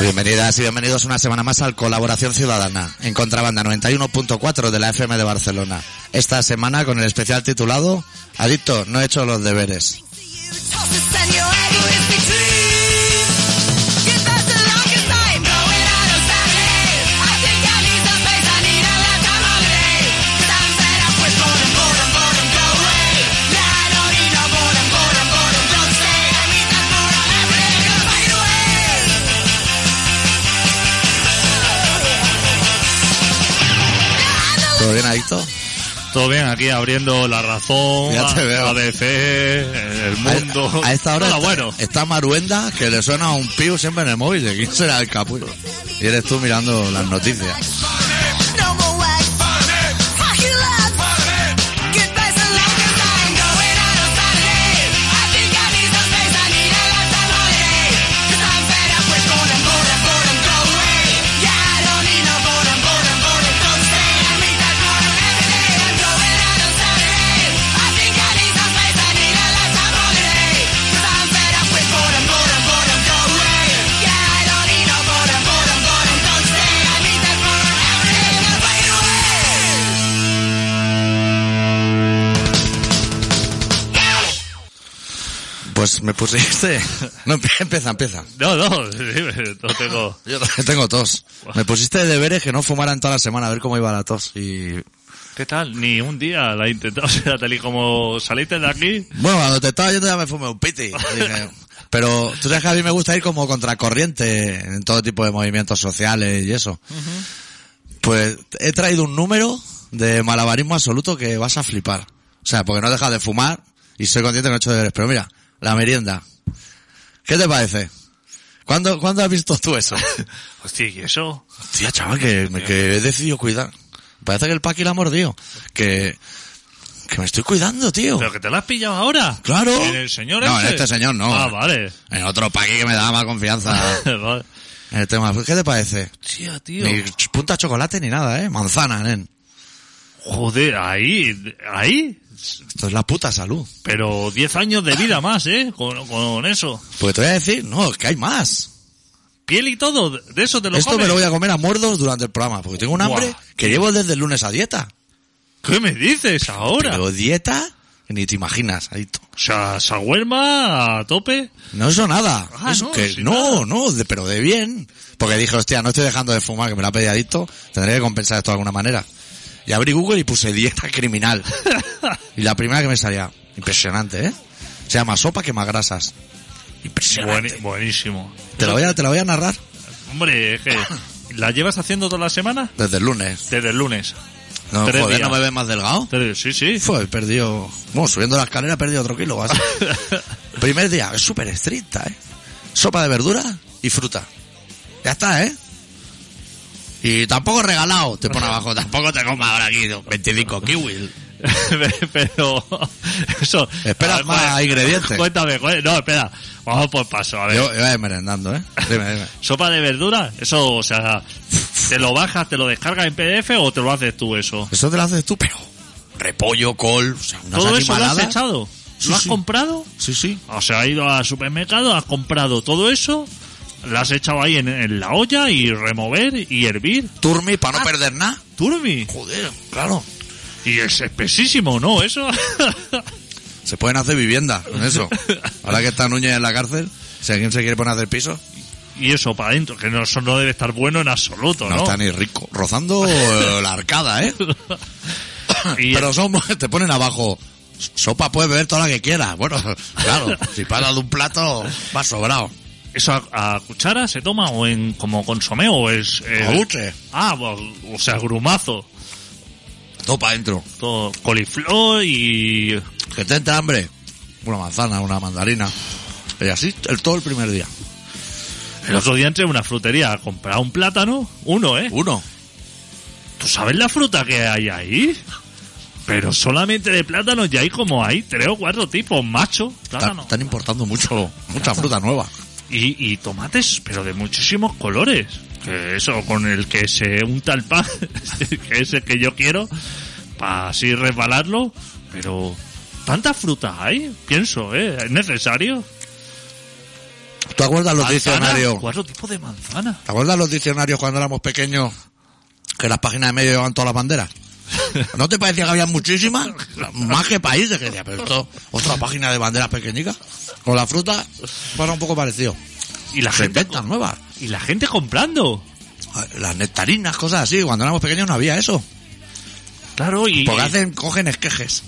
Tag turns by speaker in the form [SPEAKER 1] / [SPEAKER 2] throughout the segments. [SPEAKER 1] Bienvenidas y bienvenidos una semana más al Colaboración Ciudadana, en Contrabanda 91.4 de la FM de Barcelona. Esta semana con el especial titulado Adicto, no he hecho los deberes. ¿Todo bien, Adicto?
[SPEAKER 2] Todo bien, aquí abriendo la razón,
[SPEAKER 1] Ya te veo.
[SPEAKER 2] ABC, el mundo.
[SPEAKER 1] A, a esta hora
[SPEAKER 2] Nada
[SPEAKER 1] está,
[SPEAKER 2] bueno.
[SPEAKER 1] está Maruenda que le suena a un pío siempre en el móvil. ¿De quién será el capullo? Y eres tú mirando las noticias. Pues me pusiste... No, empe- empieza, empieza.
[SPEAKER 2] No, no, sí, no tengo.
[SPEAKER 1] Yo también tengo tos. Me pusiste de deberes que no fumara en toda la semana, a ver cómo iba la tos. Y
[SPEAKER 2] ¿Qué tal? Ni un día la he intentado. O sea, tal y como saliste de aquí,
[SPEAKER 1] Bueno, cuando te estaba yendo ya me fumé un piti. Dije, Pero tú sabes que a mí me gusta ir como contracorriente en todo tipo de movimientos sociales y eso. Pues he traído un número de malabarismo absoluto que vas a flipar. O sea, porque no dejas de fumar y soy consciente que no he hecho deberes. Pero mira, la merienda. ¿Qué te parece? ¿Cuándo, ¿cuándo has visto tú eso?
[SPEAKER 2] hostia, ¿y eso?
[SPEAKER 1] Hostia, chaval, que, me- que he decidido cuidar. Parece que el Paqui la ha mordido. Que, que me estoy cuidando, tío.
[SPEAKER 2] ¿Pero que te lo has pillado ahora?
[SPEAKER 1] Claro.
[SPEAKER 2] ¿En el señor
[SPEAKER 1] No, en
[SPEAKER 2] este?
[SPEAKER 1] este señor no.
[SPEAKER 2] Ah, vale.
[SPEAKER 1] En otro paqui que me daba más confianza
[SPEAKER 2] vale.
[SPEAKER 1] en el tema. ¿Qué te parece?
[SPEAKER 2] Hostia, tío.
[SPEAKER 1] Ni ch- punta de chocolate ni nada, ¿eh? Manzana, nen.
[SPEAKER 2] Joder, ahí, ahí.
[SPEAKER 1] Esto es la puta salud.
[SPEAKER 2] Pero 10 años de vida más, ¿eh? Con, con eso.
[SPEAKER 1] Porque te voy a decir, no, es que hay más.
[SPEAKER 2] Piel y todo, de eso te lo
[SPEAKER 1] Esto
[SPEAKER 2] comes.
[SPEAKER 1] me lo voy a comer a muerdos durante el programa, porque tengo un
[SPEAKER 2] Buah.
[SPEAKER 1] hambre que llevo desde el lunes a dieta.
[SPEAKER 2] ¿Qué me dices ahora?
[SPEAKER 1] Pero dieta, ni te imaginas, ahí to-
[SPEAKER 2] O sea, Saguerma a tope.
[SPEAKER 1] No eso nada.
[SPEAKER 2] Ah,
[SPEAKER 1] Eso
[SPEAKER 2] no,
[SPEAKER 1] que-
[SPEAKER 2] sin
[SPEAKER 1] no, no, de- pero de bien. Porque dije, hostia, no estoy dejando de fumar, que me la pedí adicto, tendré que compensar esto de alguna manera. Y abrí Google y puse dieta criminal. y la primera que me salía, impresionante, ¿eh? Se llama sopa que más grasas. Impresionante.
[SPEAKER 2] Bueni- buenísimo.
[SPEAKER 1] Te la voy a, te la voy a narrar
[SPEAKER 2] Hombre, es que ¿la llevas haciendo toda la semana?
[SPEAKER 1] desde el lunes.
[SPEAKER 2] Desde el lunes.
[SPEAKER 1] No,
[SPEAKER 2] Tres
[SPEAKER 1] joder,
[SPEAKER 2] días.
[SPEAKER 1] no me ves más delgado.
[SPEAKER 2] Entonces, Sí, sí.
[SPEAKER 1] Fue, he perdido, bueno, subiendo la escalera he perdido otro kilo, o así. Primer día, es súper estricta, ¿eh? Sopa de verdura y fruta. Ya está, ¿eh? Y tampoco regalado, te pone abajo, tampoco te comas ahora aquí 25 kiwis.
[SPEAKER 2] Pero eso.
[SPEAKER 1] Espera,
[SPEAKER 2] a ver,
[SPEAKER 1] más
[SPEAKER 2] cuál-
[SPEAKER 1] ingredientes.
[SPEAKER 2] Cuéntame, cuál- no, espera. Vamos por paso, a ver.
[SPEAKER 1] Yo iba merendando, ¿eh? Dime, dime.
[SPEAKER 2] Sopa de verdura, eso, o sea, te lo bajas, te lo descargas en PDF o te lo haces tú eso.
[SPEAKER 1] Eso te lo haces tú, pero repollo, col, o sea, unas
[SPEAKER 2] Todo eso lo has
[SPEAKER 1] animaladas.
[SPEAKER 2] echado.
[SPEAKER 1] Sí,
[SPEAKER 2] ¿Lo has
[SPEAKER 1] sí.
[SPEAKER 2] comprado?
[SPEAKER 1] Sí, sí.
[SPEAKER 2] O sea, has ido al supermercado, has comprado todo eso, lo has echado ahí en, en la olla y remover y hervir.
[SPEAKER 1] Turmi para no perder nada.
[SPEAKER 2] Turbi.
[SPEAKER 1] Ah. Joder, claro.
[SPEAKER 2] Y es espesísimo, ¿no? Eso.
[SPEAKER 1] Se pueden hacer viviendas con eso. Ahora que está Núñez en la cárcel, si alguien se quiere poner a hacer piso,
[SPEAKER 2] y eso para adentro, que no, eso no debe estar bueno en absoluto,
[SPEAKER 1] no,
[SPEAKER 2] ¿no?
[SPEAKER 1] está ni rico. Rozando eh, la arcada, ¿eh?
[SPEAKER 2] y
[SPEAKER 1] Pero son, te ponen abajo. Sopa puedes beber toda la que quieras. Bueno, claro, si paras de un plato, va sobrado.
[SPEAKER 2] eso a, a cuchara se toma o en como consomé o es... eh,
[SPEAKER 1] Abuche.
[SPEAKER 2] Ah, o, o sea, grumazo.
[SPEAKER 1] Todo para adentro.
[SPEAKER 2] Todo, coliflor y...
[SPEAKER 1] Que te entra hambre. Una manzana, una mandarina. Y así el, todo el primer día.
[SPEAKER 2] El otro día entré en una frutería a comprar un plátano, uno, ¿eh?
[SPEAKER 1] Uno.
[SPEAKER 2] ¿Tú sabes la fruta que hay ahí? Pero solamente de plátano ya hay como hay tres o cuatro tipos, macho,
[SPEAKER 1] Están,
[SPEAKER 2] plátano.
[SPEAKER 1] están importando mucho, mucha fruta nueva.
[SPEAKER 2] Y, y tomates, pero de muchísimos colores. Que eso, con el que se unta el pan, que es el que yo quiero, para así resbalarlo. Pero, ¿tanta fruta hay? Pienso, ¿eh? ¿Es necesario?
[SPEAKER 1] ¿Tú acuerdas los diccionarios?
[SPEAKER 2] Cuatro tipos de manzana.
[SPEAKER 1] ¿Te acuerdas los diccionarios cuando éramos pequeños? Que las páginas de medio llevaban todas las banderas. ¿No te parecía que había muchísimas? Más que países. Que decía, pero esto, otra página de banderas pequeñicas. Con la fruta, pasa un poco parecido.
[SPEAKER 2] Y la
[SPEAKER 1] Se
[SPEAKER 2] gente.
[SPEAKER 1] inventan nuevas.
[SPEAKER 2] Y la gente comprando.
[SPEAKER 1] Las nectarinas, cosas así. Cuando éramos pequeños no había eso.
[SPEAKER 2] Claro, y.
[SPEAKER 1] Porque hacen, cogen esquejes.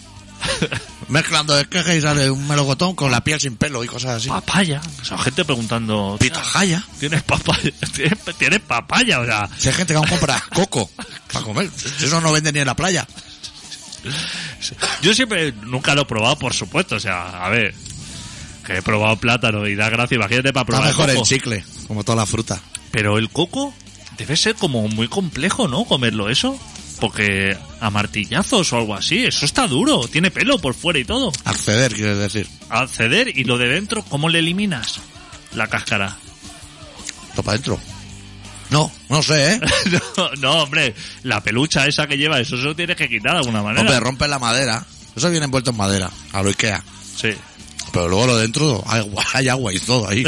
[SPEAKER 1] Mezclando esquejes y sale un melocotón con la piel sin pelo y cosas así.
[SPEAKER 2] Papaya. O sea, gente preguntando.
[SPEAKER 1] Pitahaya.
[SPEAKER 2] ¿Tienes papaya? ¿Tienes, tienes papaya? O sea,
[SPEAKER 1] Si hay gente que aún compra coco para comer. Eso no vende ni en la playa.
[SPEAKER 2] yo siempre. Nunca lo he probado, por supuesto. O sea, a ver. Que he probado plátano y da gracia. Imagínate para
[SPEAKER 1] Está
[SPEAKER 2] probar.
[SPEAKER 1] mejor
[SPEAKER 2] el
[SPEAKER 1] el
[SPEAKER 2] coco.
[SPEAKER 1] chicle, como toda la fruta.
[SPEAKER 2] Pero el coco debe ser como muy complejo, ¿no? Comerlo eso. Porque a martillazos o algo así, eso está duro, tiene pelo por fuera y todo.
[SPEAKER 1] Acceder, quieres decir.
[SPEAKER 2] Al ceder y lo de dentro, ¿cómo le eliminas la cáscara?
[SPEAKER 1] Lo para adentro. No, no sé, ¿eh?
[SPEAKER 2] no, no, hombre, la pelucha esa que lleva, eso se lo tienes que quitar de alguna manera.
[SPEAKER 1] Hombre, rompe la madera. Eso viene envuelto en madera, a lo Ikea.
[SPEAKER 2] Sí.
[SPEAKER 1] Pero luego lo de dentro hay, agua- hay agua y todo ahí.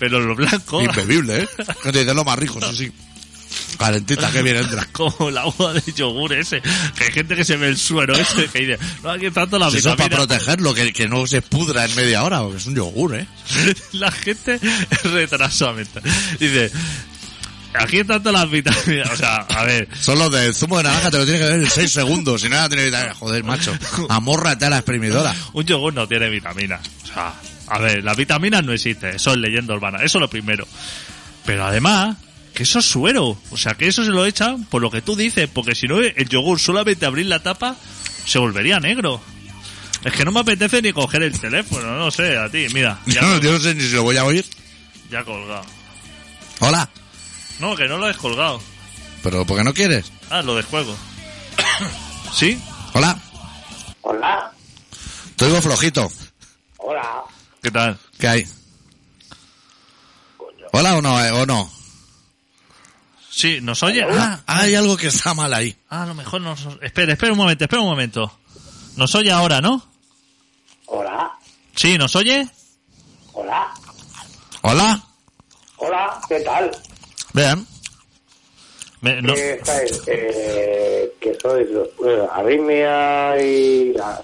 [SPEAKER 2] Pero lo blanco,
[SPEAKER 1] Imbebible, ¿eh? Que te dicen lo más rico, eso sí. Calentita, que bien entra.
[SPEAKER 2] como el agua de yogur ese, que hay gente que se ve el suero ese, que dice, no, aquí está toda la
[SPEAKER 1] Si eso es para
[SPEAKER 2] vitamina".
[SPEAKER 1] protegerlo, que, que no se pudra en media hora, porque es un yogur, ¿eh?
[SPEAKER 2] la gente es retrasada mental. Dice, aquí están todas las vitaminas. O sea, a ver,
[SPEAKER 1] Son los de zumo de naranja, te lo tienes que ver en 6 segundos. Si no, tiene vitamina. Joder, macho. Amórrate a la exprimidora.
[SPEAKER 2] un yogur no tiene vitaminas. O sea, a ver, las vitaminas no existen. Eso es leyenda urbana. Eso es lo primero. Pero además, que eso es suero. O sea, que eso se lo echan por lo que tú dices. Porque si no, el yogur solamente abrir la tapa se volvería negro. Es que no me apetece ni coger el teléfono, no sé, a ti, mira,
[SPEAKER 1] Yo
[SPEAKER 2] ya,
[SPEAKER 1] no, yo no sé ni si lo voy a oír.
[SPEAKER 2] ya colgado.
[SPEAKER 1] Hola.
[SPEAKER 2] No, que no lo has colgado.
[SPEAKER 1] Pero ¿por qué no quieres?
[SPEAKER 2] Ah, lo descuelgo. ¿Sí?
[SPEAKER 1] Hola.
[SPEAKER 3] Hola,
[SPEAKER 1] Te oigo flojito.
[SPEAKER 3] hola.
[SPEAKER 2] ¿Qué tal?
[SPEAKER 1] ¿Qué hay? ¿Hola o no? eh? ¿O no?
[SPEAKER 2] Sí, ¿nos oye?
[SPEAKER 1] Ah,
[SPEAKER 2] Ah,
[SPEAKER 1] hay algo que está mal ahí.
[SPEAKER 2] ah, a lo mejor nos... Espera, espera un momento, espera un momento. ¿Nos oye ahora, no?
[SPEAKER 3] Hola,
[SPEAKER 2] Sí, ¿nos oye?
[SPEAKER 3] hola,
[SPEAKER 1] ¿Hola?
[SPEAKER 3] hola, ¿qué tal?
[SPEAKER 1] Vean.
[SPEAKER 2] Me- no.
[SPEAKER 3] Eh, estáis? Eh, que sois los eh, arritmia y la-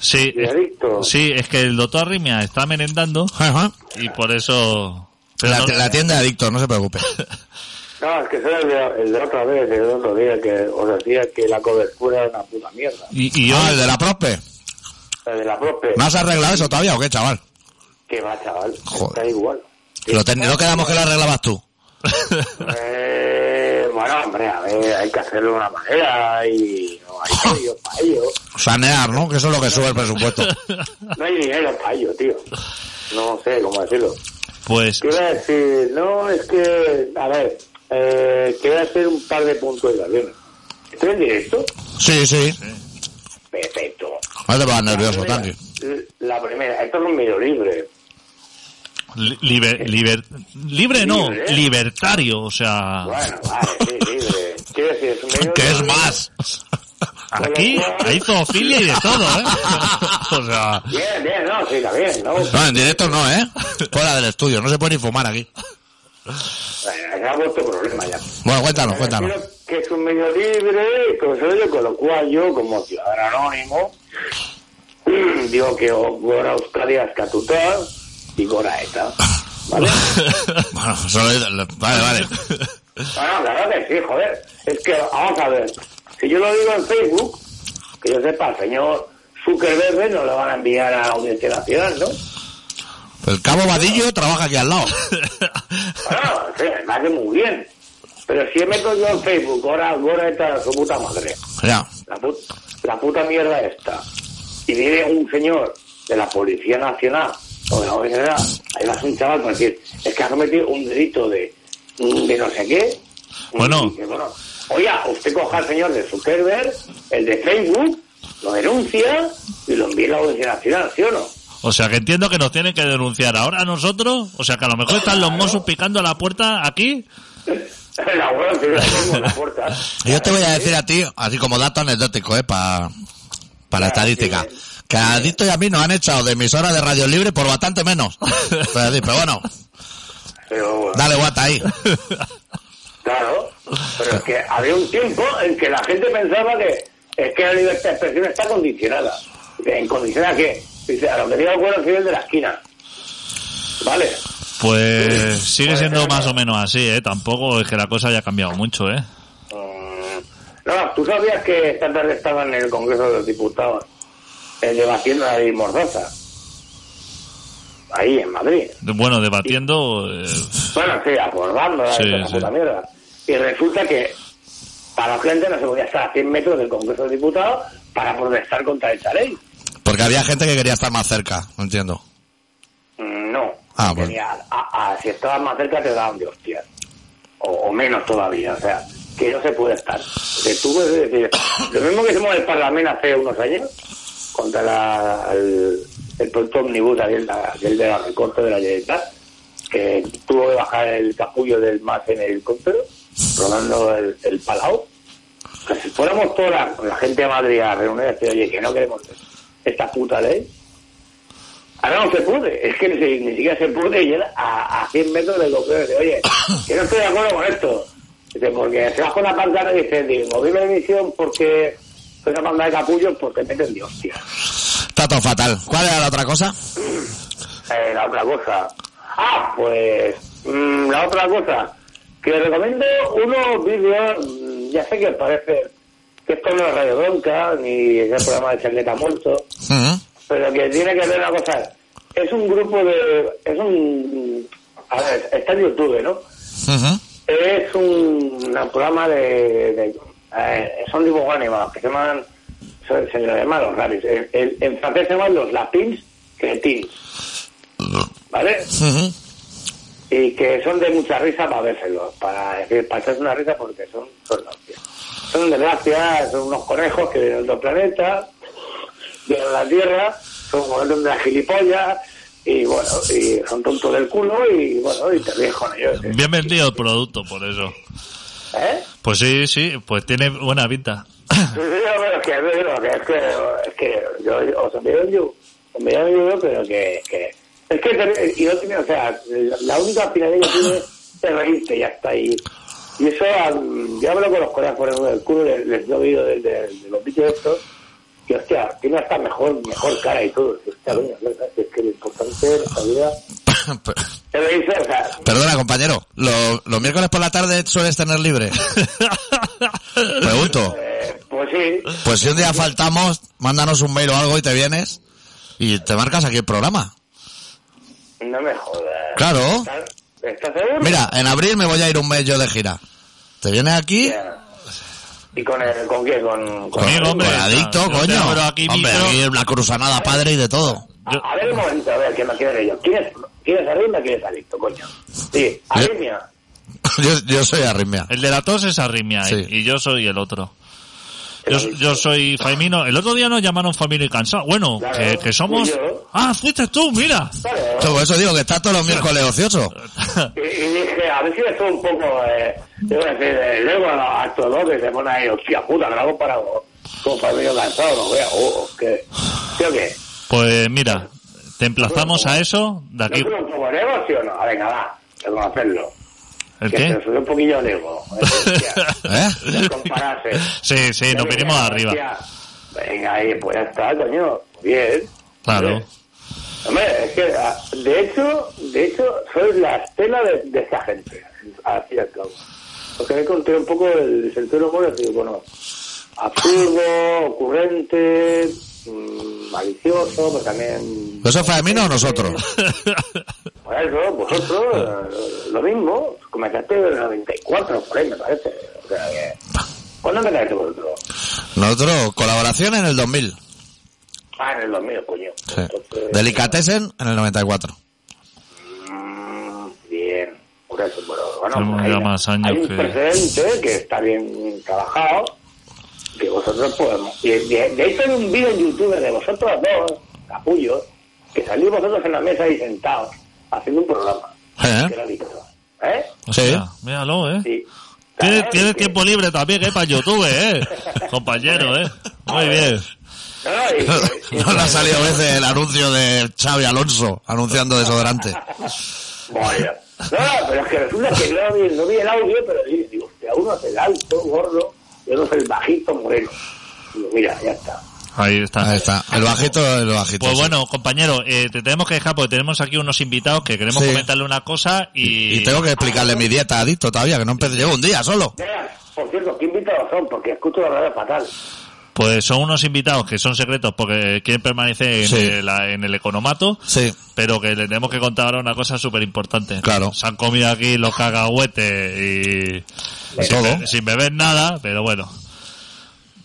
[SPEAKER 2] Sí,
[SPEAKER 3] me
[SPEAKER 2] es-
[SPEAKER 3] adicto.
[SPEAKER 2] sí, es que el doctor Arrimia está merendando
[SPEAKER 1] Ajá.
[SPEAKER 2] y por eso... Pero
[SPEAKER 1] La,
[SPEAKER 2] no-
[SPEAKER 1] la tienda de adictos, no se preocupe.
[SPEAKER 3] No, es que soy el de, el de otra vez, el de otro día que os decía que la cobertura era una puta mierda.
[SPEAKER 2] y, y yo...
[SPEAKER 1] Ah, el de la Prospe.
[SPEAKER 3] El de la propia.
[SPEAKER 1] ¿Me has arreglado eso todavía o qué, chaval?
[SPEAKER 3] Que va, chaval.
[SPEAKER 1] Joder.
[SPEAKER 3] Está igual.
[SPEAKER 1] Lo ten- no quedamos que lo arreglabas tú.
[SPEAKER 3] Eh, bueno, hombre, a ver, hay que hacerlo de una manera y no hay medios para ello.
[SPEAKER 1] Sanear, ¿no? Que eso es lo que sube el presupuesto.
[SPEAKER 3] No hay dinero para ello, tío. No sé cómo decirlo.
[SPEAKER 2] pues...
[SPEAKER 3] Quiero decir, no, es que, a ver, eh, quiero hacer un par de puntualizaciones. ¿Estoy en directo?
[SPEAKER 1] Sí, sí.
[SPEAKER 3] Perfecto.
[SPEAKER 1] No te pongas nervioso,
[SPEAKER 3] La
[SPEAKER 1] Tanji.
[SPEAKER 3] primera, la primera, esto es un medio libre.
[SPEAKER 2] li- liber- liber- libre no,
[SPEAKER 3] Libre. ¿eh?
[SPEAKER 2] libertario, o sea...
[SPEAKER 3] Bueno, vale, sí, libre. Quiero decir, es un medio
[SPEAKER 1] ¿Qué Ah. es
[SPEAKER 3] libre.
[SPEAKER 1] más?
[SPEAKER 2] Aquí hay zoofilia y de todo, ¿eh? o sea...
[SPEAKER 3] Bien, bien, no, sí, está bien, ¿no?
[SPEAKER 1] No, en directo no, ¿eh? Fuera del estudio, no se puede ni fumar aquí. Ah.
[SPEAKER 3] Bueno, ya ha vuelto problema ya.
[SPEAKER 1] Bueno, cuéntanos,
[SPEAKER 3] Pero
[SPEAKER 1] cuéntanos.
[SPEAKER 3] que es un medio libre, pues, oye, con lo cual yo, como ciudadano anónimo, digo que o- gora euskadi askatuta y gora eta. ¿Vale?
[SPEAKER 1] Bueno, solo dice- Vale, vale. Pues
[SPEAKER 3] bueno, claro que sí, joder. Es que, vamos a ver, si yo lo digo en Facebook, que yo sepa, al señor Zuckerberg no lo van a enviar a la Audiencia Nacional, ¿no?
[SPEAKER 1] El cabo Vadillo trabaja aquí al lado.
[SPEAKER 3] Bueno, sí, me hace muy bien. Pero si he metido yo en Facebook, gora, gora eta, su puta madre.
[SPEAKER 1] Ya.
[SPEAKER 3] la, put- la puta mierda esta. Y viene un señor de la Policía Nacional o de la ONG, ahí vas un chaval con decir, es que ha cometido un delito de, de no sé qué.
[SPEAKER 2] Bueno.
[SPEAKER 3] Y dice, bueno, oiga, usted coja al señor de Zuckerberg, el de Facebook, lo denuncia y lo envía a la Policía Nacional, ¿sí o no?
[SPEAKER 2] O sea, que entiendo que nos tienen que denunciar ahora a nosotros. O sea, que a lo mejor están los mozos picando a la puerta aquí.
[SPEAKER 3] la Guardia Nacional en la puerta.
[SPEAKER 1] Yo te voy a decir a ti, así como dato anecdótico, ¿eh? Para la estadística. Que a Adicto y a mí nos han echado de emisora de radio libre por bastante menos. Te voy a decir, Pero bueno,
[SPEAKER 3] Pero,
[SPEAKER 1] Dale guata ahí.
[SPEAKER 3] claro, pero es que había un tiempo en que la gente pensaba que es que la libertad de expresión está condicionada. ¿En condicionada a qué? Dice, a lo que diga el cuero civil de la esquina. ¿Vale?
[SPEAKER 2] Pues
[SPEAKER 3] Sí.
[SPEAKER 2] sigue
[SPEAKER 3] Puede
[SPEAKER 2] siendo
[SPEAKER 3] ser,
[SPEAKER 2] más
[SPEAKER 3] ¿no?
[SPEAKER 2] o menos así, ¿eh? Tampoco es que la cosa haya cambiado mucho, ¿eh?
[SPEAKER 3] Mm, No, tú sabías que esta tarde estaba en el Congreso de los Diputados eh, debatiendo la ley Mordaza. Ahí, en Madrid.
[SPEAKER 2] Bueno, debatiendo... eh,
[SPEAKER 3] Bueno, sí, acordando
[SPEAKER 2] Sí,
[SPEAKER 3] esa
[SPEAKER 2] sí.
[SPEAKER 3] puta mierda. Y resulta que para la gente no se podía estar a 100 metros del Congreso de Diputados para protestar contra esta ley.
[SPEAKER 1] Porque había gente que quería estar más cerca, no entiendo.
[SPEAKER 3] Mm, No.
[SPEAKER 1] Ah, bueno.
[SPEAKER 3] Tenía- a- a- si estabas más cerca te daban de hostias. O, o menos todavía. O sea, que no se puede estar. Que tú puedes decir, lo mismo que hicimos en el Parlamento hace unos años, contra la- el, el proyecto omnibus aquel, la- aquel de la recorte de la Generalitat, que tuvo que bajar el capullo del MAS en helicóptero, rodando el, el Palau. Que si fuéramos toda la, la gente de Madrid a reunir y decir, oye, que no queremos esta puta ley, Ahora no se puede, es que ni, ni siquiera se puede y era a, a 100 metros del doctor dice, oye, que no estoy de acuerdo con esto. Dice, porque se baja una pantalla y dice, digo, moví la emisión porque soy una banda de capullos porque meten de hostia.
[SPEAKER 1] Está todo fatal. ¿Cuál era la otra cosa?
[SPEAKER 3] Eh, la otra cosa. Ah, pues mm, la otra cosa. Que os recomiendo unos vídeos, mm, ya sé que os parece que esto no es Radio Bronca, ni es el programa de Charleta Muerto,
[SPEAKER 1] Ujú.
[SPEAKER 3] pero que tiene que ver una cosa. Es un grupo de. Es un. A ver, está en YouTube, ¿no?
[SPEAKER 1] Ujú.
[SPEAKER 3] Es un, un programa de. de- eh, son dibujos animados que se llaman. Se, se les llama los rabbits. En, en- en francés se llaman los lapins cretins. ¿Vale?
[SPEAKER 1] Ujú.
[SPEAKER 3] Y que son de mucha risa para vérselos, para decir, para echarse una risa porque son, son la hostia. Son de gracia, son unos conejos que vienen de otro planeta, vienen a la Tierra, son un montón de gilipollas, y bueno, y son tontos del culo, y bueno, y te ríes con ellos. ¿eh?
[SPEAKER 2] bien vendido el producto, por eso.
[SPEAKER 3] ¿Eh?
[SPEAKER 2] Pues sí, sí, pues tiene buena pinta.
[SPEAKER 3] Sí, sí, pero que, pero que, es que, es que yo os envío el yo, os envío el yo, pero que, que es que te- y no tiene, o sea, la- la única finalidad que tiene es reírte, ya está ahí. Y eso, am, yo hablo con los colegas por ejemplo del culo, les, les doy oído de, de- de los bichos estos, y hostia, tiene hasta mejor, mejor cara y todo. Y, hostia, coño, es que lo importante de la vida es reírse, o sea,
[SPEAKER 1] Perdona, compañero. ¿lo- ¿Los miércoles por la tarde sueles tener libre? Pregunto.
[SPEAKER 3] eh, pues sí,
[SPEAKER 1] Pues si un día faltamos, mándanos un mail o algo y te vienes y te marcas aquí el programa.
[SPEAKER 3] no me jodas.
[SPEAKER 1] Claro.
[SPEAKER 3] ¿Estás- ¿Estás seguro?
[SPEAKER 1] Mira, en abril me voy a ir un mes yo de gira. ¿Te vienes aquí?
[SPEAKER 3] Ya. ¿Y con, el, con quién? Con, con-
[SPEAKER 2] Conmigo, Pues, hombre.
[SPEAKER 1] Con pues, adicto,
[SPEAKER 2] Yo te
[SPEAKER 1] coño.
[SPEAKER 2] abro aquí
[SPEAKER 1] hombre,
[SPEAKER 2] micro.
[SPEAKER 1] aquí la cruzanada padre y de todo.
[SPEAKER 3] A,
[SPEAKER 2] Yo-
[SPEAKER 3] a ver un momento, a ver, que me quiero leer yo. ¿Quieres, ¿Quieres arritmia o quieres adicto, coño? Sí, arritmia.
[SPEAKER 1] Yo, yo soy arritmia.
[SPEAKER 2] El de la tos es arritmia ¿eh?
[SPEAKER 1] Sí.
[SPEAKER 2] y y yo soy el otro. Yo, yo soy Faimino. El otro día nos llamaron Faimino y Cansado. Bueno,
[SPEAKER 3] Claro,
[SPEAKER 2] que, que somos...
[SPEAKER 3] fui yo. ¿eh?
[SPEAKER 2] Ah, fuiste tú, mira.
[SPEAKER 3] Claro.
[SPEAKER 1] Por eso digo que está todos los miércoles ocioso.
[SPEAKER 3] ¿eh? Y, y dije, a ver si estoy un poco, eh, yo voy a decir, eh, luego a, a estos dos que se ponen ahí, hostia puta, me lo hago para con familia cansado, no vea, oh, que, ¿sí o qué?
[SPEAKER 2] Pues mira, te emplazamos a eso de
[SPEAKER 3] ¿No
[SPEAKER 2] aquí...
[SPEAKER 3] soy un poco negocio o no? A venga, va, reconocerlo.
[SPEAKER 2] ¿El
[SPEAKER 3] Que
[SPEAKER 2] qué?
[SPEAKER 3] se soy un poquillo nego. eh, hostia.
[SPEAKER 1] ¿Eh?
[SPEAKER 3] Compararse.
[SPEAKER 2] Sí, sí, nos
[SPEAKER 3] Venga,
[SPEAKER 2] venimos arriba.
[SPEAKER 3] hostia. Venga, ahí, pues ya está, coño, bien.
[SPEAKER 2] Claro.
[SPEAKER 3] Hombre, es que, ah, de hecho, de hecho, soy la estela de, de esa gente, así y al cabo. Porque me encontré un poco el sentido del humor, así que, bueno, absurdo, ocurrente, mm, malicioso, pero también...
[SPEAKER 1] ¿Eso fue a mí o nosotros?
[SPEAKER 3] Por eso, vosotros, eh, lo mismo, comenzaste en el 94, por ahí me parece. O sea que... ¿Cuándo empezaste vosotros?
[SPEAKER 1] Nosotros, colaboración en el 2000.
[SPEAKER 3] Ah, en el 2000, coño.
[SPEAKER 1] Sí.
[SPEAKER 3] Entonces,
[SPEAKER 1] Delicatesen en el 94.
[SPEAKER 3] Mm, Bien. Por eso, bueno, bueno, pues
[SPEAKER 2] Tenemos
[SPEAKER 3] hay,
[SPEAKER 2] ya más años
[SPEAKER 3] hay un
[SPEAKER 2] que-
[SPEAKER 3] precedente que está bien trabajado, que vosotros podemos... y de, de hecho hay un vídeo en YouTube de vosotros dos, capullos, que salís vosotros en la mesa ahí sentados, haciendo un programa.
[SPEAKER 1] ¿Eh?
[SPEAKER 3] Que era dictado. ¿Eh?
[SPEAKER 2] Hostia, míralo, ¿eh.
[SPEAKER 3] Sí.
[SPEAKER 2] Tienes,
[SPEAKER 3] ¿Sabes?
[SPEAKER 2] tienes
[SPEAKER 3] Que-
[SPEAKER 2] tiempo libre también, ¿eh? Para YouTube, ¿eh? Compañero, ¿eh? Muy bien.
[SPEAKER 3] No, no, y- y-
[SPEAKER 1] No le ha salido a veces el anuncio de Xavi Alonso anunciando desodorante.
[SPEAKER 3] Vaya. No, no, pero es que resulta que no vi, no vi el audio, pero sí, digo, hostia, uno es el alto, gordo, y otro es el bajito moreno. Digo, mira, ya está.
[SPEAKER 2] Ahí está.
[SPEAKER 1] Ahí está. El bajito, el bajito.
[SPEAKER 2] Pues
[SPEAKER 1] sí.
[SPEAKER 2] bueno, compañero, eh, te tenemos que dejar porque tenemos aquí unos invitados que queremos
[SPEAKER 1] Sí.
[SPEAKER 2] comentarle una cosa y...
[SPEAKER 1] Y tengo que explicarle mi dieta adicto todavía, que no empecé, llevo un día solo.
[SPEAKER 3] Vean, por cierto, ¿qué invitados son? Porque escucho la verdad fatal.
[SPEAKER 2] Pues son unos invitados que son secretos porque quieren permanecer en,
[SPEAKER 1] Sí.
[SPEAKER 2] el, la- en el economato,
[SPEAKER 1] Sí.
[SPEAKER 2] pero que le tenemos que contar ahora una cosa súper importante.
[SPEAKER 1] Claro.
[SPEAKER 2] Se han comido aquí los cagahuetes y...
[SPEAKER 1] De
[SPEAKER 2] sin,
[SPEAKER 1] todo.
[SPEAKER 2] be- sin beber nada, pero bueno.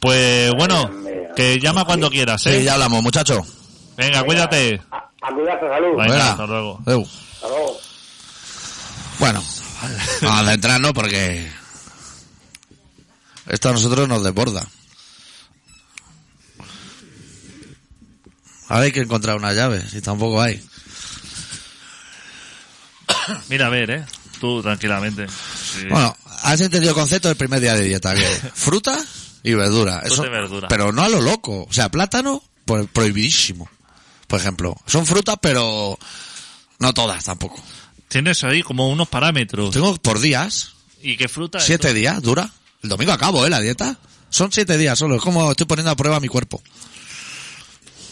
[SPEAKER 2] Pues bueno,
[SPEAKER 3] mía.
[SPEAKER 2] que llama cuando quieras, ¿eh?
[SPEAKER 1] Sí, ya hablamos, muchacho.
[SPEAKER 2] Venga, cuídate.
[SPEAKER 3] A, a cuidarse, salud.
[SPEAKER 2] Venga,
[SPEAKER 1] Venga.
[SPEAKER 2] hasta luego.
[SPEAKER 1] Eu.
[SPEAKER 3] Hasta luego.
[SPEAKER 1] Bueno, vamos a entrar no, porque esto a nosotros nos desborda. Ahora hay que encontrar una llave, si tampoco hay.
[SPEAKER 2] Mira, a ver, ¿eh? Tú tranquilamente. Sí.
[SPEAKER 1] Bueno, has entendido el concepto del primer día de dieta, que fruta y verdura.
[SPEAKER 2] Fruta y verdura.
[SPEAKER 1] Pero no a lo loco. O sea, plátano, pues, prohibidísimo. Por ejemplo, son frutas, pero no todas tampoco.
[SPEAKER 2] Tienes ahí como unos parámetros.
[SPEAKER 1] Tengo por días,
[SPEAKER 2] ¿Y qué fruta? es?
[SPEAKER 1] siete días, dura. El domingo acabo, ¿eh? La dieta. Son siete días solo. Es como estoy poniendo a prueba mi cuerpo.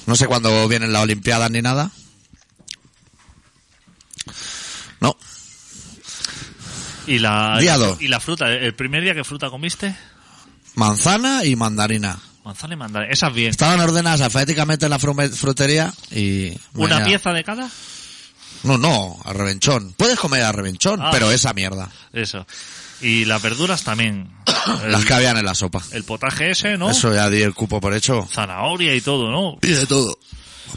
[SPEAKER 1] No sé cuándo vienen las Olimpiadas ni nada. No,
[SPEAKER 2] ¿Y la,
[SPEAKER 1] Día dos.
[SPEAKER 2] ¿Y la fruta? ¿El primer día qué fruta comiste?
[SPEAKER 1] manzana y mandarina.
[SPEAKER 2] Manzana y mandarina. Esas bien.
[SPEAKER 1] Estaban ordenadas alfabéticamente en la frume- frutería y...
[SPEAKER 2] ¿Una
[SPEAKER 1] mañana-
[SPEAKER 2] pieza de cada?
[SPEAKER 1] No, no, a revenchón. Puedes comer a revenchón,
[SPEAKER 2] Ah.
[SPEAKER 1] pero esa mierda.
[SPEAKER 2] Eso. Y las verduras también. El,
[SPEAKER 1] Las que habían en la sopa.
[SPEAKER 2] el potaje ese, ¿no?
[SPEAKER 1] Eso ya di el cupo por hecho.
[SPEAKER 2] Zanahoria y todo, ¿no?
[SPEAKER 1] Y de todo.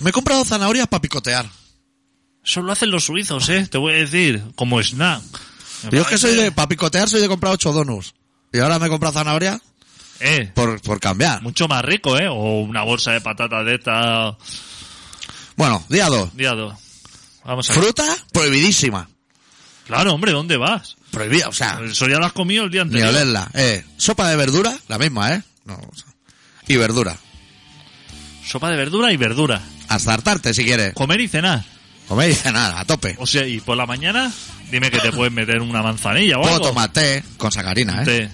[SPEAKER 1] Me he comprado zanahorias para picotear.
[SPEAKER 2] Eso lo hacen los suizos, ¿eh? Te voy a decir. Como snack.
[SPEAKER 1] Yo es que soy de... Para picotear soy de comprar ocho donuts. Y ahora me he comprado zanahoria
[SPEAKER 2] Eh,
[SPEAKER 1] por, por cambiar.
[SPEAKER 2] mucho más rico, ¿eh? O una bolsa de patatas de esta...
[SPEAKER 1] Bueno, día dos.
[SPEAKER 2] Día dos. Vamos a ver.
[SPEAKER 1] Fruta prohibidísima.
[SPEAKER 2] Claro, hombre, ¿dónde vas?
[SPEAKER 1] Prohibida, o sea,
[SPEAKER 2] Eso ya lo has comido el día
[SPEAKER 1] Ah. ni
[SPEAKER 2] anterior.
[SPEAKER 1] olerla. Eh, sopa de verdura, la misma, ¿eh? No, o sea, y verdura.
[SPEAKER 2] Sopa de verdura y verdura.
[SPEAKER 1] Hasta hartarte si quieres.
[SPEAKER 2] Comer y cenar.
[SPEAKER 1] Comer y cenar, a tope.
[SPEAKER 2] O sea, y por la mañana, dime que te puedes meter una manzanilla o
[SPEAKER 1] Puedo
[SPEAKER 2] algo.
[SPEAKER 1] tomar té con sacarina, ¿eh?
[SPEAKER 2] Té.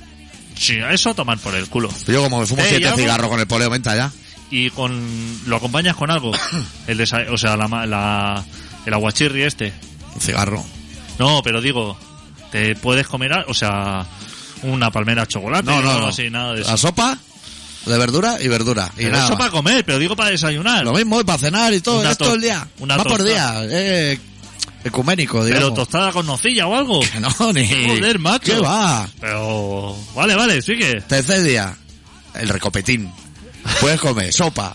[SPEAKER 2] Sí, a eso a tomar por el culo.
[SPEAKER 1] Yo como me fumo
[SPEAKER 2] Té y
[SPEAKER 1] siete
[SPEAKER 2] algo.
[SPEAKER 1] cigarros con el poleo menta ya.
[SPEAKER 2] Y con lo acompañas con algo. El desa- o sea, la, ma- la- el aguachirri este.
[SPEAKER 1] Un cigarro.
[SPEAKER 2] No, pero digo, te puedes comer, al- o sea, una palmera de chocolate.
[SPEAKER 1] No,
[SPEAKER 2] o
[SPEAKER 1] no,
[SPEAKER 2] algo
[SPEAKER 1] no.
[SPEAKER 2] así, nada de eso.
[SPEAKER 1] La sopa de verdura y verdura. Y
[SPEAKER 2] Pero
[SPEAKER 1] nada
[SPEAKER 2] eso
[SPEAKER 1] más.
[SPEAKER 2] para comer, pero digo para desayunar.
[SPEAKER 1] Lo mismo, y para cenar y todo.
[SPEAKER 2] Una
[SPEAKER 1] Es todo
[SPEAKER 2] tor-
[SPEAKER 1] el día.
[SPEAKER 2] una
[SPEAKER 1] Va por día.
[SPEAKER 2] tostada.
[SPEAKER 1] Eh, ecuménico,
[SPEAKER 2] pero
[SPEAKER 1] digamos.
[SPEAKER 2] tostada con nocilla o algo.
[SPEAKER 1] Que no, ni...
[SPEAKER 2] Joder, macho.
[SPEAKER 1] ¿Qué va?
[SPEAKER 2] Pero... Vale, vale, sigue.
[SPEAKER 1] Tercer día. El recopetín. Puedes comer sopa,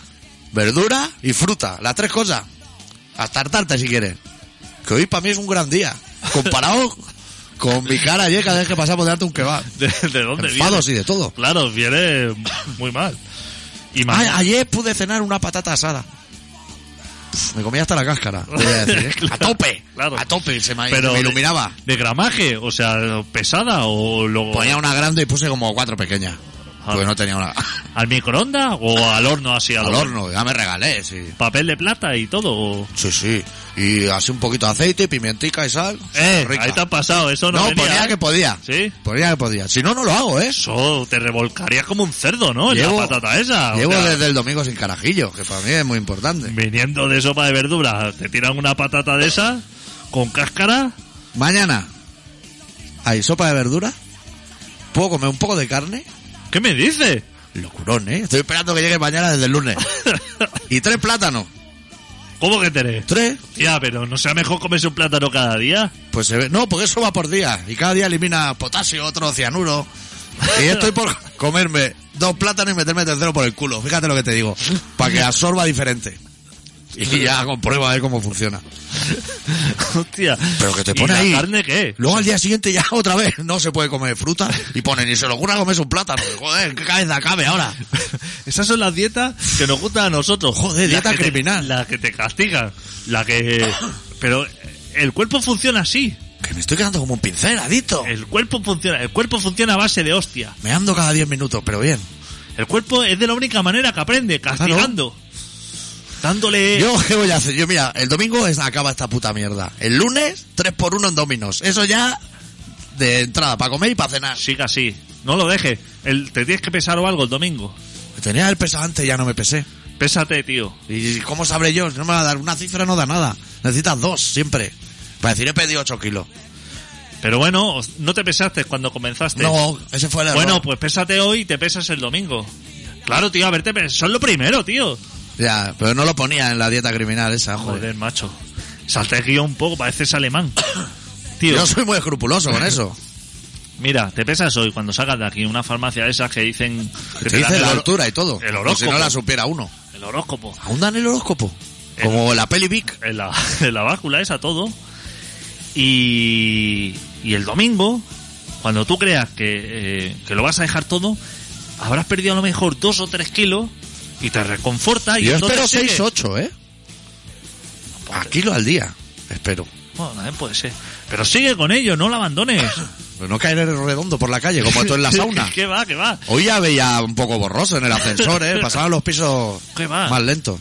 [SPEAKER 1] verdura y fruta. Las tres cosas. Hasta hartarte si quieres. Que hoy para mí es un gran día. Comparado con mi cara ayer cada vez que pasamos de darte un kebab.
[SPEAKER 2] ¿De, de dónde viene?
[SPEAKER 1] Enfados y de todo.
[SPEAKER 2] Claro, viene muy mal. Y más.
[SPEAKER 1] Ah, ayer pude cenar una patata asada. Pff, Me comía hasta la cáscara. te voy a decir, ¿eh?
[SPEAKER 2] Claro,
[SPEAKER 1] a tope,
[SPEAKER 2] claro.
[SPEAKER 1] a tope, se me,
[SPEAKER 2] Pero
[SPEAKER 1] me
[SPEAKER 2] de-
[SPEAKER 1] iluminaba.
[SPEAKER 2] de gramaje, o sea, pesada o lo
[SPEAKER 1] Ponía una grande y puse como cuatro pequeñas.
[SPEAKER 2] Ah.
[SPEAKER 1] Porque no tenía una.
[SPEAKER 2] al microondas o al horno así al
[SPEAKER 1] Al horno, ya me regalé, sí.
[SPEAKER 2] Papel de plata y todo. o-
[SPEAKER 1] Sí, sí. Y así un poquito de aceite, pimientica y sal.
[SPEAKER 2] Eh,
[SPEAKER 1] rica.
[SPEAKER 2] ahí te ha pasado, eso no,
[SPEAKER 1] No,
[SPEAKER 2] venía,
[SPEAKER 1] ponía
[SPEAKER 2] ¿eh?
[SPEAKER 1] que podía.
[SPEAKER 2] Sí.
[SPEAKER 1] Ponía que podía. Si no, no lo hago, ¿eh?
[SPEAKER 2] Eso te revolcarías como un cerdo, ¿no? En
[SPEAKER 1] Llevo-
[SPEAKER 2] la patata esa. o
[SPEAKER 1] Llevo
[SPEAKER 2] sea,
[SPEAKER 1] desde el domingo sin carajillo, que para mí es muy importante.
[SPEAKER 2] viniendo de sopa de verdura, te tiran una patata de esa con cáscara.
[SPEAKER 1] Mañana hay sopa de verdura. Puedo comer un poco de carne.
[SPEAKER 2] ¿Qué me dices?
[SPEAKER 1] Locurón, ¿eh? Estoy esperando que llegue mañana desde el lunes. y tres plátanos.
[SPEAKER 2] ¿Cómo que tenés?
[SPEAKER 1] ¿Tres?
[SPEAKER 2] Tía, pero no sea mejor comerse un plátano cada día.
[SPEAKER 1] Pues se ve. No, porque eso va por día. Y cada día elimina potasio, otro cianuro. Y estoy por comerme dos plátanos y meterme tercero por el culo. Fíjate lo que te digo. Para que absorba diferente. Y ya comprueba a ver cómo funciona.
[SPEAKER 2] Hostia.
[SPEAKER 1] Pero que te
[SPEAKER 2] ¿Y
[SPEAKER 1] pone
[SPEAKER 2] la
[SPEAKER 1] ahí.
[SPEAKER 2] carne qué?
[SPEAKER 1] Luego al día siguiente ya otra vez no se puede comer fruta. Y pone, ni se le ocurra comerse un plátano. Joder, qué cabeza cabe ahora.
[SPEAKER 2] Esas son las dietas que nos gustan a nosotros.
[SPEAKER 1] Joder,
[SPEAKER 2] Las
[SPEAKER 1] dieta
[SPEAKER 2] que te-
[SPEAKER 1] criminal.
[SPEAKER 2] Las que te castigan. La que... Pero el cuerpo funciona así.
[SPEAKER 1] Que me estoy quedando como un pincel, adicto.
[SPEAKER 2] El cuerpo funciona. El cuerpo funciona a base de hostia.
[SPEAKER 1] Me ando cada 10 minutos, pero bien.
[SPEAKER 2] El cuerpo es de la única manera que aprende, castigando. dándole...
[SPEAKER 1] Yo, ¿qué voy a hacer? Yo, mira, el domingo es- acaba esta puta mierda. El lunes, 3 por 1 en dominos. Eso ya de entrada, para comer y para cenar.
[SPEAKER 2] Siga así, no lo dejes. El- Te tienes que pesar o algo el domingo.
[SPEAKER 1] Tenía el peso antes, ya no me pesé.
[SPEAKER 2] Pésate, tío.
[SPEAKER 1] ¿Y cómo sabré yo? Si No me va a dar una cifra, no da nada. Necesitas dos, siempre. Para decir, he pedido 8 kilos.
[SPEAKER 2] Pero bueno, os- no te pesaste cuando comenzaste.
[SPEAKER 1] No, ese fue el error.
[SPEAKER 2] bueno, pues pésate hoy y te pesas el domingo. Claro, tío, a verte, pe- son lo primero, tío.
[SPEAKER 1] Ya, pero no lo ponía en la dieta criminal esa, joder.
[SPEAKER 2] Joder, macho. Salte el guión un poco, pareces alemán. tío,
[SPEAKER 1] Yo soy muy escrupuloso con eso.
[SPEAKER 2] mira, te pesas hoy cuando salgas de aquí una farmacia de esas que dicen... que
[SPEAKER 1] Te,
[SPEAKER 2] te dan
[SPEAKER 1] dice
[SPEAKER 2] el
[SPEAKER 1] la
[SPEAKER 2] hor-
[SPEAKER 1] altura y todo.
[SPEAKER 2] El
[SPEAKER 1] Como si
[SPEAKER 2] horóscopo.
[SPEAKER 1] no la supiera uno.
[SPEAKER 2] El horóscopo.
[SPEAKER 1] ¿Aún dan el horóscopo?
[SPEAKER 2] El-
[SPEAKER 1] Como la peli Vic.
[SPEAKER 2] en la, en la báscula esa todo. Y, y el domingo, cuando tú creas que, eh, que lo vas a dejar todo, habrás perdido a lo mejor dos o tres kilos y te reconforta. Y
[SPEAKER 1] Yo
[SPEAKER 2] entonces
[SPEAKER 1] espero
[SPEAKER 2] sigue.
[SPEAKER 1] 6, 8, ¿eh? A kilo al día, espero.
[SPEAKER 2] Bueno, también puede ser. Pero sigue con ello, no lo abandones.
[SPEAKER 1] Pero no caer redondo por la calle, como esto en la sauna.
[SPEAKER 2] que va, que va.
[SPEAKER 1] Hoy ya veía un poco borroso en el ascensor, ¿eh? Pasaban los pisos
[SPEAKER 2] ¿Qué va?
[SPEAKER 1] más lentos.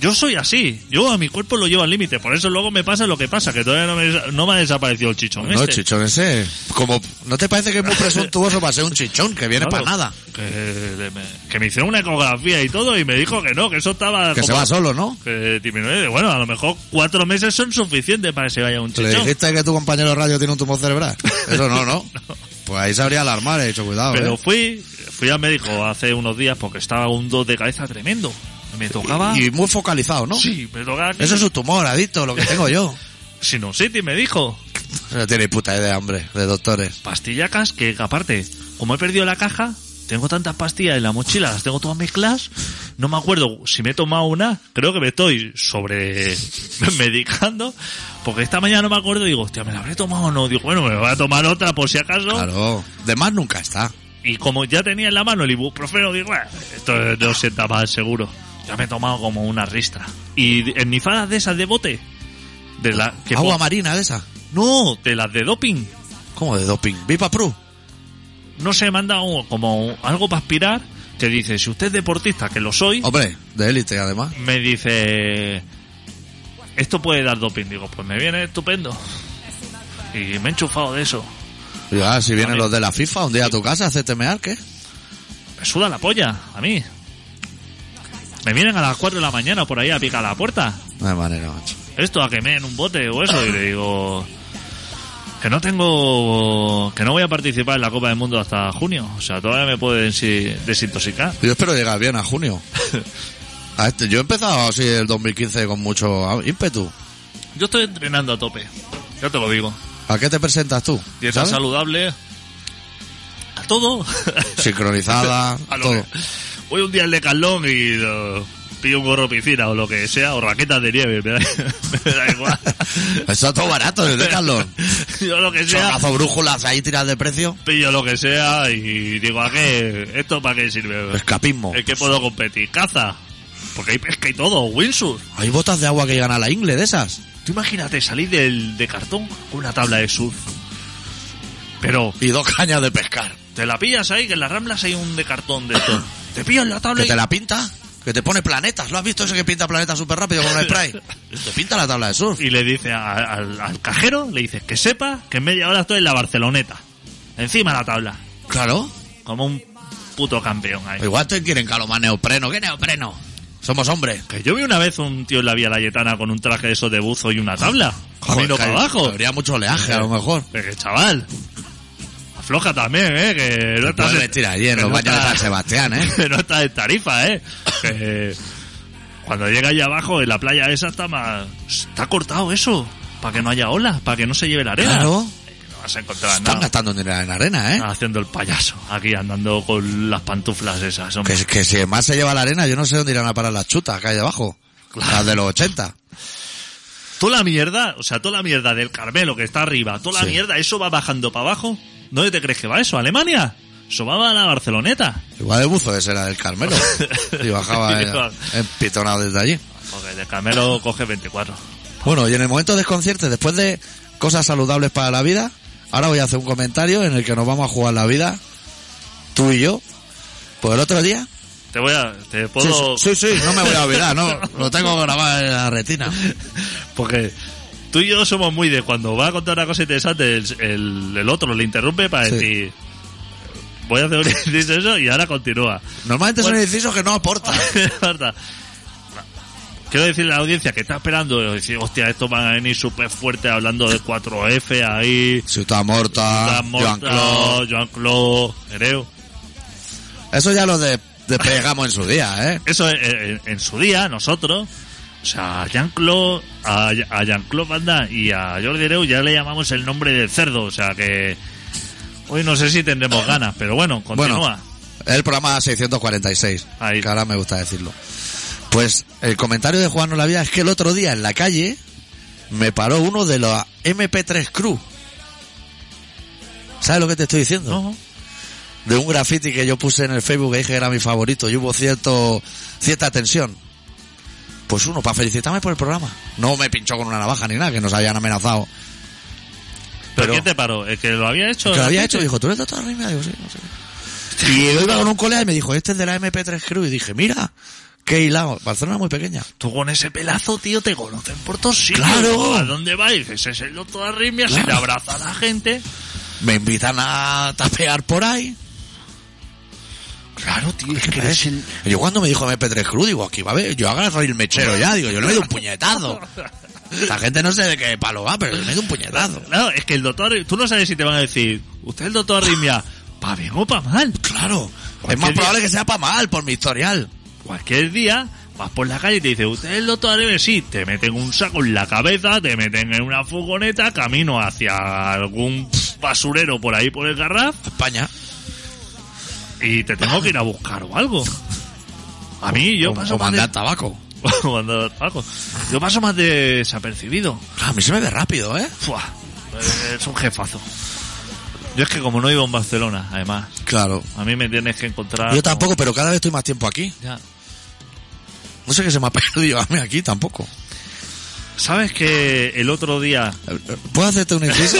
[SPEAKER 2] Yo soy así. Yo a mi cuerpo lo llevo al límite. Por eso luego me pasa lo que pasa, que todavía no me, no me ha desaparecido el chichón.
[SPEAKER 1] No,
[SPEAKER 2] este.
[SPEAKER 1] chichón ese. Como, ¿No te parece que es muy presuntuoso para ser un chichón que viene
[SPEAKER 2] Claro,
[SPEAKER 1] para nada?
[SPEAKER 2] Que, de- me, que me hicieron una ecografía y todo y me dijo que no, que eso estaba
[SPEAKER 1] Que se
[SPEAKER 2] como-
[SPEAKER 1] va solo, ¿no?
[SPEAKER 2] que disminuye. Bueno, a lo mejor cuatro meses son suficientes para que se vaya un
[SPEAKER 1] ¿Le
[SPEAKER 2] chichón.
[SPEAKER 1] dijiste que tu compañero de radio tiene un tumor cerebral? Eso no, ¿no? Pues ahí se habría alarmar, he dicho, cuidado,
[SPEAKER 2] Pero
[SPEAKER 1] ¿eh?
[SPEAKER 2] fui, fui al médico hace unos días porque estaba un dos de cabeza tremendo. Me tocaba.
[SPEAKER 1] Y muy focalizado, ¿no?
[SPEAKER 2] Sí, me tocaba. aquí.
[SPEAKER 1] Eso es un tumor, adicto, lo que tengo yo.
[SPEAKER 2] Sinusitis, me dijo.
[SPEAKER 1] No tiene puta idea, hombre, de doctores.
[SPEAKER 2] Pastillacas que, aparte, como he perdido la caja, tengo tantas pastillas en la mochila, las tengo todas mezcladas. No me acuerdo si me he tomado una, creo que me estoy sobre medicando. Porque esta mañana no me acuerdo, digo, hostia, ¿me la habré tomado o no? Digo, bueno, me voy a tomar otra por si acaso.
[SPEAKER 1] Claro. De más nunca está.
[SPEAKER 2] Y como ya tenía en la mano el ibuprofeno, digo, "Bueno, esto no sienta mal seguro. Ya me he tomado como una ristra. Y ennifadas de esas de bote. De la, que
[SPEAKER 1] Agua
[SPEAKER 2] po-
[SPEAKER 1] marina de esa.
[SPEAKER 2] No, de las de doping.
[SPEAKER 1] ¿Cómo de doping? Vipa Pru.
[SPEAKER 2] No se manda un- como algo para aspirar que dice, si usted es deportista, que lo soy,
[SPEAKER 1] Hombre, de élite, además.
[SPEAKER 2] me dice, esto puede dar doping. Digo, pues me viene estupendo. Y me he enchufado de eso.
[SPEAKER 1] Y, ah, si vienen
[SPEAKER 2] Hombre.
[SPEAKER 1] los de la FIFA un día a tu casa, hacerte mear, ¿qué?
[SPEAKER 2] Me suda la polla, a mí. Me vienen a las 4 de la mañana por ahí a picar la puerta.
[SPEAKER 1] No hay manera, macho.
[SPEAKER 2] esto a que me en un bote o eso y le digo que no tengo que no voy a participar en la Copa del Mundo hasta junio o sea todavía me pueden desintoxicar
[SPEAKER 1] Yo espero llegar bien a junio. A este- yo he empezado así el 2015 con mucho ímpetu.
[SPEAKER 2] yo estoy entrenando a tope ya te lo digo
[SPEAKER 1] ¿A qué te presentas tú?
[SPEAKER 2] dieta
[SPEAKER 1] ¿Sabes?
[SPEAKER 2] saludable a todo
[SPEAKER 1] Sincronizada,
[SPEAKER 2] a lo
[SPEAKER 1] todo.
[SPEAKER 2] que- voy un día al decalón y eh, pillo un gorro piscina o lo que sea o raquetas de nieve me da, me da igual
[SPEAKER 1] Está todo barato, desde Carlos.
[SPEAKER 2] yo lo que sea
[SPEAKER 1] Chocazo brújulas ahí tiras de precio.
[SPEAKER 2] pillo lo que sea y digo a qué esto para qué sirve
[SPEAKER 1] Escapismo.
[SPEAKER 2] ¿En qué puedo competir? ¿Caza? Porque hay pesca y todo, Windsor.
[SPEAKER 1] Hay botas de agua que llegan a la ingle de esas.
[SPEAKER 2] Tú imagínate salir del, de cartón con una tabla de surf. Pero
[SPEAKER 1] Y dos cañas de pescar.
[SPEAKER 2] te la pillas ahí, que en las ramblas hay un de cartón de esto. Te pillas la tabla
[SPEAKER 1] Que
[SPEAKER 2] y...
[SPEAKER 1] te la pinta. Que te pone planetas. ¿Lo has visto ese que pinta planetas súper rápido con un spray? Te pinta la tabla de surf.
[SPEAKER 2] y le dice a- al, al cajero, le dices que sepa que en media hora estoy en la Barceloneta. Encima de la tabla.
[SPEAKER 1] Claro. Pues
[SPEAKER 2] Como un puto campeón ahí.
[SPEAKER 1] Igual te quieren calomar neopreno. ¿Qué neopreno? Somos hombres.
[SPEAKER 2] Que yo vi una vez un tío en la Vía Layetana con un traje de esos de buzo y una tabla. Camino
[SPEAKER 1] Joder, que
[SPEAKER 2] para abajo.
[SPEAKER 1] Habría mucho oleaje, a lo mejor.
[SPEAKER 2] Eh, que, chaval. Afloja también, eh, que no
[SPEAKER 1] Te
[SPEAKER 2] estás
[SPEAKER 1] puedes
[SPEAKER 2] en-
[SPEAKER 1] vestir allí en
[SPEAKER 2] que
[SPEAKER 1] los
[SPEAKER 2] no
[SPEAKER 1] baños de
[SPEAKER 2] estás-
[SPEAKER 1] San Sebastián, ¿eh?
[SPEAKER 2] que no estás en tarifa, eh. Que cuando llega allá abajo, en la playa esa está más. Está cortado eso. Para que no haya olas, para que no se lleve la arena.
[SPEAKER 1] Claro.
[SPEAKER 2] No Ah. vas a encontrar
[SPEAKER 1] Están
[SPEAKER 2] nada.
[SPEAKER 1] gastando dinero en arena, ¿eh?
[SPEAKER 2] Haciendo el payaso, aquí andando con las pantuflas esas. hombre.
[SPEAKER 1] Que, que si más se lleva la arena, yo no sé dónde irán a parar las chutas que hay abajo. Las de los 80.
[SPEAKER 2] Toda la mierda, o sea, toda la mierda del Carmelo que está arriba, toda la
[SPEAKER 1] Sí.
[SPEAKER 2] mierda, eso va bajando para abajo. ¿Dónde te crees que va eso? ¿A ¿Alemania? Eso va a la Barceloneta.
[SPEAKER 1] Igual el buzo ese era del Carmelo. Y bajaba eh, empitonado desde allí.
[SPEAKER 2] Porque de Carmelo coge 24.
[SPEAKER 1] Bueno, y en el momento desconcierto, después de cosas saludables para la vida, ahora voy a hacer un comentario en el que nos vamos a jugar la vida, tú y yo. Pues el otro día
[SPEAKER 2] Te voy a. Te puedo.
[SPEAKER 1] Sí, sí, sí, no me voy a olvidar, no. Lo tengo grabado en la retina.
[SPEAKER 2] Porque tú y yo somos muy de cuando va a contar una cosa interesante, el, el, el otro le interrumpe para
[SPEAKER 1] Sí.
[SPEAKER 2] decir. Voy a hacer un inciso eso y ahora continúa.
[SPEAKER 1] Normalmente son
[SPEAKER 2] Bueno.
[SPEAKER 1] incisos que no aportan.
[SPEAKER 2] Marta, Quiero decirle a la audiencia que está esperando, decir, hostia, estos van a venir súper fuerte hablando de 4F ahí,
[SPEAKER 1] Ciudad Morta,
[SPEAKER 2] Dan
[SPEAKER 1] Ah, Joan Clos.
[SPEAKER 2] Morta, Joan Clos, Ereu.
[SPEAKER 1] Eso ya lo de- desplegamos en su día, ¿eh?
[SPEAKER 2] Eso eh, eh, en, su día, nosotros, o sea, a Jean-Claude, a, a Jean-Claude Van Damme y a Jordi Ereu ya le llamamos el nombre del cerdo, o sea que hoy no sé si tendremos ganas, pero bueno, continúa.
[SPEAKER 1] Bueno, el programa 646,
[SPEAKER 2] Ahí.
[SPEAKER 1] que ahora me gusta decirlo. Pues el comentario de Juan Olavía es que el otro día en la calle me paró uno de los MP3 Crew. ¿Sabes lo que te estoy diciendo?
[SPEAKER 2] No,
[SPEAKER 1] de un graffiti que yo puse en el Facebook que dije que era mi favorito y hubo cierto cierta tensión. Pues uno, para felicitarme por el programa. No me pinchó con una navaja ni nada, que nos habían amenazado.
[SPEAKER 2] ¿Pero,
[SPEAKER 1] Pero-
[SPEAKER 2] quién te paró? ¿El que lo había hecho?
[SPEAKER 1] Que lo
[SPEAKER 2] la
[SPEAKER 1] había
[SPEAKER 2] gente?
[SPEAKER 1] hecho, dijo, ¿tú eres doctor Arrimia? Digo, sí, no sé. Y yo iba con un colega y me dijo, este es de la MP3 Crew. Y dije, mira, qué hilado. Barcelona es muy pequeña.
[SPEAKER 2] Tú con ese pelazo, tío, te conocen por todos sitios.
[SPEAKER 1] ¡Claro!
[SPEAKER 2] ¿A dónde va? Y dices, es el doctor Arritmia, se le
[SPEAKER 1] ¡Claro!
[SPEAKER 2] abraza a la gente.
[SPEAKER 1] Me invitan a tapear por ahí.
[SPEAKER 2] Claro, tío, es
[SPEAKER 1] ¿Eh? Yo cuando me dijo MP3 Crew, digo, aquí va a ver, yo agarro el mechero ya. Digo, yo le doy un puñetazo. La gente no sé de qué palo va, pero le doy un puñetazo.
[SPEAKER 2] Claro, es que el doctor... Tú no sabes si te van a decir, usted es el doctor Arritmia, pa' bien o pa' mal.
[SPEAKER 1] Claro. Es
[SPEAKER 2] Cualquier
[SPEAKER 1] más
[SPEAKER 2] día.
[SPEAKER 1] probable que sea para mal, por mi historial.
[SPEAKER 2] Cualquier día vas por la calle y te dice, usted es el doctor Arritmia, sí, te meten un saco en la cabeza, te meten en una furgoneta, camino hacia algún basurero por ahí por el garraf
[SPEAKER 1] España.
[SPEAKER 2] y te tengo que ir a buscar o algo. A mí, yo
[SPEAKER 1] O-
[SPEAKER 2] paso
[SPEAKER 1] o
[SPEAKER 2] más de-
[SPEAKER 1] mandar tabaco.
[SPEAKER 2] Cuando trabajo. Yo paso más desapercibido.
[SPEAKER 1] A mí se me ve rápido, ¿eh?
[SPEAKER 2] Fua, eh, es un jefazo. Yo es que como no vivo en Barcelona, además,
[SPEAKER 1] Claro.
[SPEAKER 2] a mí me tienes que encontrar...
[SPEAKER 1] Yo tampoco, pero cada vez estoy más tiempo aquí.
[SPEAKER 2] Ya.
[SPEAKER 1] No sé qué se me ha perdido a mí aquí tampoco.
[SPEAKER 2] ¿Sabes que el otro día...
[SPEAKER 1] ¿Puedo hacerte un inciso?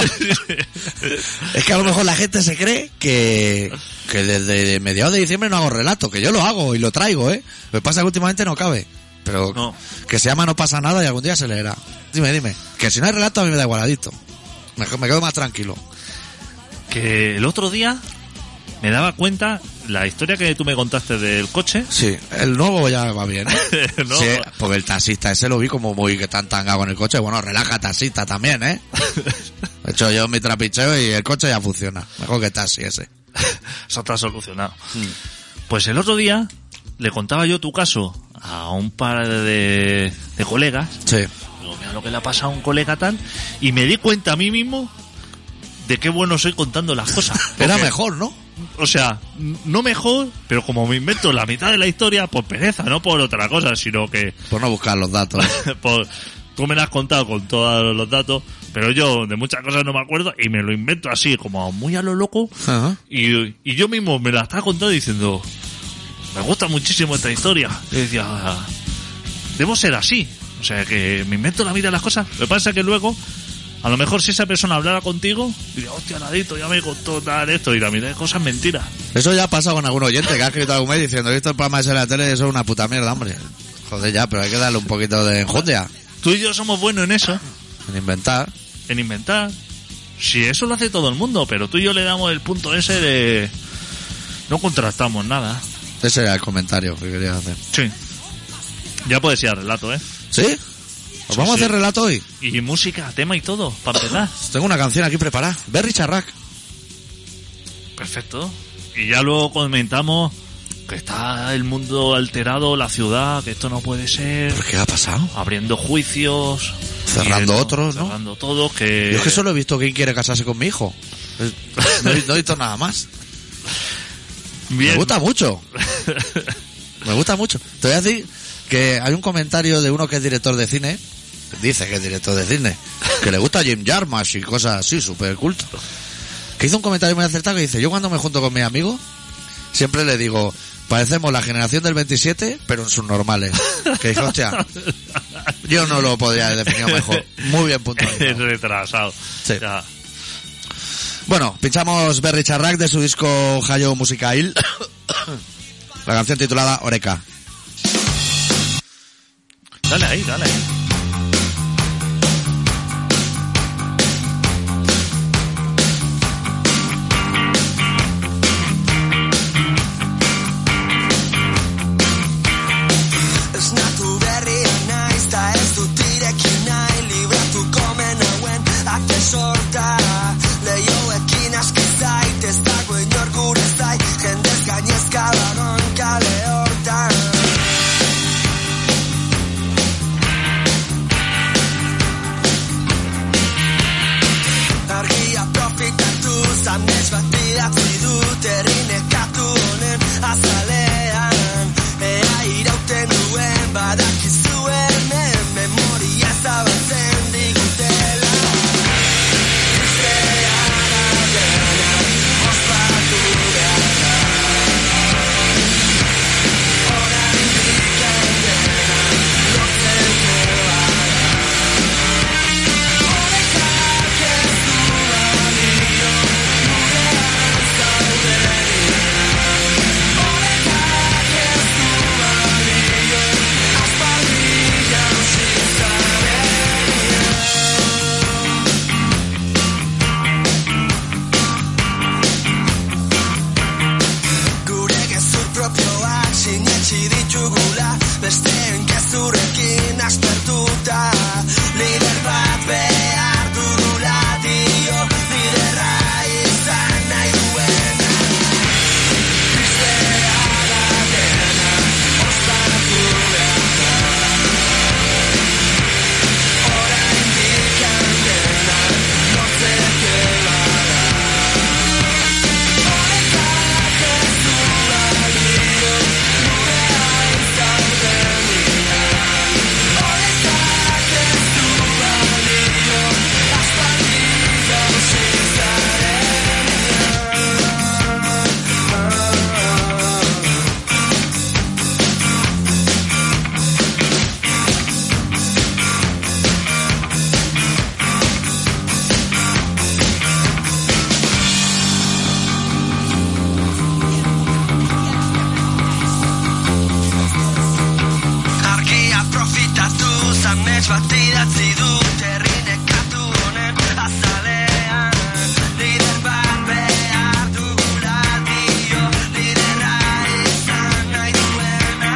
[SPEAKER 1] es que a lo mejor la gente se cree que, que desde mediados de diciembre no hago relato, que yo lo hago y lo traigo, ¿eh? Lo que pasa es que últimamente no cabe. Pero
[SPEAKER 2] No.
[SPEAKER 1] que se llama No pasa nada y algún día se leerá. Dime, dime. Que si no hay relato a mí me da igualadito. Me, me quedo más tranquilo.
[SPEAKER 2] que el otro día me daba cuenta la historia que tú me contaste del coche.
[SPEAKER 1] Sí, el nuevo ya va bien. ¿eh?
[SPEAKER 2] El nuevo.
[SPEAKER 1] Sí, porque el taxista ese lo vi como muy que tan tangado con el coche. Bueno, relaja taxista también, ¿eh? He hecho yo mi trapicheo y el coche ya funciona. Mejor que taxi ese.
[SPEAKER 2] Eso está solucionado.
[SPEAKER 1] Hmm.
[SPEAKER 2] Pues el otro día le contaba yo tu caso a un par de, de colegas
[SPEAKER 1] Sí.
[SPEAKER 2] Digo, mira lo que le ha pasado a un colega tal. Y me di cuenta a mí mismo de qué bueno soy contando las cosas.
[SPEAKER 1] Era
[SPEAKER 2] Porque,
[SPEAKER 1] mejor, ¿no?
[SPEAKER 2] O sea, n- no mejor, pero como me invento la mitad de la historia por pereza, no por otra cosa, sino que
[SPEAKER 1] Por no buscar los datos.
[SPEAKER 2] por, tú me la has contado con todos los datos, pero yo de muchas cosas no me acuerdo y me lo invento así, como muy a lo loco.
[SPEAKER 1] Ajá.
[SPEAKER 2] Y, y yo mismo me la estaba contando diciendo, me gusta muchísimo esta historia. Y decía, "Ah, debo ser así. O sea, que me invento la vida de las cosas. Lo que pasa es que luego, a lo mejor si esa persona hablara contigo, diría, hostia, ladito, ya me contó tal esto. Y la mitad de cosas mentiras.
[SPEAKER 1] Eso ya ha pasado con algún oyente que ha escrito algún mail diciendo que esto es programa de la tele y eso es una puta mierda, hombre. Joder, ya, pero hay que darle un poquito de enjundia
[SPEAKER 2] Tú y yo somos buenos en eso,
[SPEAKER 1] en inventar.
[SPEAKER 2] en inventar. Si eso lo hace todo el mundo, pero tú y yo le damos el punto ese de... No contrastamos nada.
[SPEAKER 1] Ese era el comentario que quería hacer.
[SPEAKER 2] Sí. Ya puede ser relato, ¿eh?
[SPEAKER 1] ¿Sí? ¿Os vamos
[SPEAKER 2] sí.
[SPEAKER 1] a hacer relato hoy?
[SPEAKER 2] Y música, tema y todo, para empezar.
[SPEAKER 1] Tengo una canción aquí preparada. Berry Charrac.
[SPEAKER 2] Perfecto. Y ya luego comentamos que está el mundo alterado, la ciudad, que esto no puede ser,
[SPEAKER 1] ¿Pero qué ha pasado?
[SPEAKER 2] abriendo juicios,
[SPEAKER 1] Cerrando
[SPEAKER 2] y esto,
[SPEAKER 1] otros, ¿no?
[SPEAKER 2] Cerrando todos, que
[SPEAKER 1] Yo es que solo he visto quién quiere casarse con mi hijo. Eh, No he, no he visto nada más.
[SPEAKER 2] Bien.
[SPEAKER 1] Me gusta mucho. Me gusta mucho. Te voy a decir que hay un comentario de uno que es director de cine. Dice que es director de cine. Que le gusta Jim Jarmusch y cosas así, súper culto. Que hizo un comentario muy acertado que dice, yo cuando me junto con mis amigos, siempre le digo, parecemos la generación del 27, pero en sus normales. Que dije, hostia, yo no lo podría haber definido mejor. Muy bien puntualizado.
[SPEAKER 2] retrasado.
[SPEAKER 1] Sí.
[SPEAKER 2] Ya.
[SPEAKER 1] Bueno, pinchamos Berry Charrac de su disco Hayo Musical La canción titulada Oreca.
[SPEAKER 2] Dale ahí, dale ahí.
[SPEAKER 4] Ez natu berriak naiz, ta ez dut ireki nahi libratuko menauen ate sorta. Leioekin aski zait, ez dago inor gure zai, jendez gainezka danon kale hortan. Argia profitatu, zanez bat bidatzi dut, errinekatu honen azalean. Ea irauten duen, badakizuen, memoria zabaltzen digutela. Gure gezur propioak sinetxi ditugula Besteen gezurrekin aspertuta Lider bat behar dudula dio Liderra izan nahi duena Argia profitatu, zamets bat idatzi dut Errinekatu honen azalean Lider bat behar dugula dio Liderra izan nahi duena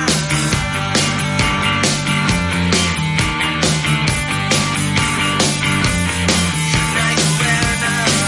[SPEAKER 4] Nahi duena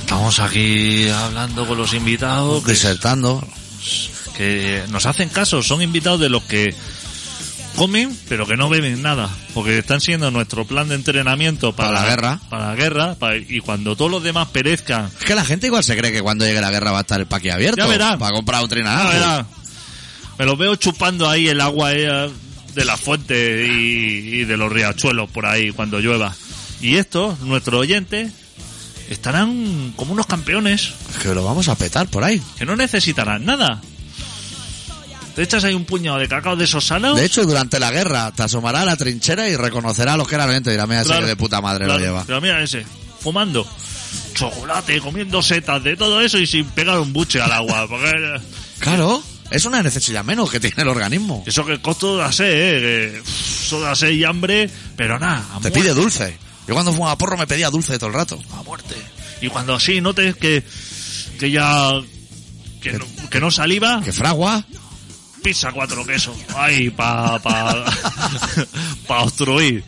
[SPEAKER 2] Estamos aquí hablando con los invitados que,
[SPEAKER 1] Disertando.
[SPEAKER 2] que nos hacen caso. Son invitados de los que comen, pero que no beben nada. Porque están siendo nuestro plan de entrenamiento para,
[SPEAKER 1] Para la guerra.
[SPEAKER 2] Para la guerra. para- y cuando todos los demás perezcan.
[SPEAKER 1] Es que la gente igual se cree que cuando llegue la guerra va a estar el paquete abierto.
[SPEAKER 2] Ya verán.
[SPEAKER 1] Para comprar un
[SPEAKER 2] Ah,
[SPEAKER 1] trinadazo.
[SPEAKER 2] verá, me los veo chupando ahí el agua eh, de la fuente y, y de los riachuelos por ahí cuando llueva. Y estos, nuestros oyentes, estarán como unos campeones.
[SPEAKER 1] Que lo vamos a petar por ahí.
[SPEAKER 2] que no necesitarás nada. Te echas ahí un puñado de cacao de esos salados.
[SPEAKER 1] De hecho, durante la guerra te asomará a la trinchera y reconocerá a los que eran gente. Dirá, mira, ese
[SPEAKER 2] claro,
[SPEAKER 1] que de puta madre
[SPEAKER 2] claro,
[SPEAKER 1] lo lleva.
[SPEAKER 2] Pero mira ese, fumando chocolate, comiendo setas, de todo eso y sin pegar un buche al agua. Porque,
[SPEAKER 1] Claro. Es una necesidad menos que tiene el organismo.
[SPEAKER 2] Eso que costo da sed, eh. que, uff, Eso da sed y hambre, pero nada. a
[SPEAKER 1] Te
[SPEAKER 2] muerte.
[SPEAKER 1] pide dulce. Yo cuando fumaba porro me pedía dulce todo el rato.
[SPEAKER 2] a muerte. Y cuando así notes que, que ya. que no, que no saliva,
[SPEAKER 1] Que fragua.
[SPEAKER 2] pizza cuatro quesos. Ay, pa. pa. pa obstruir.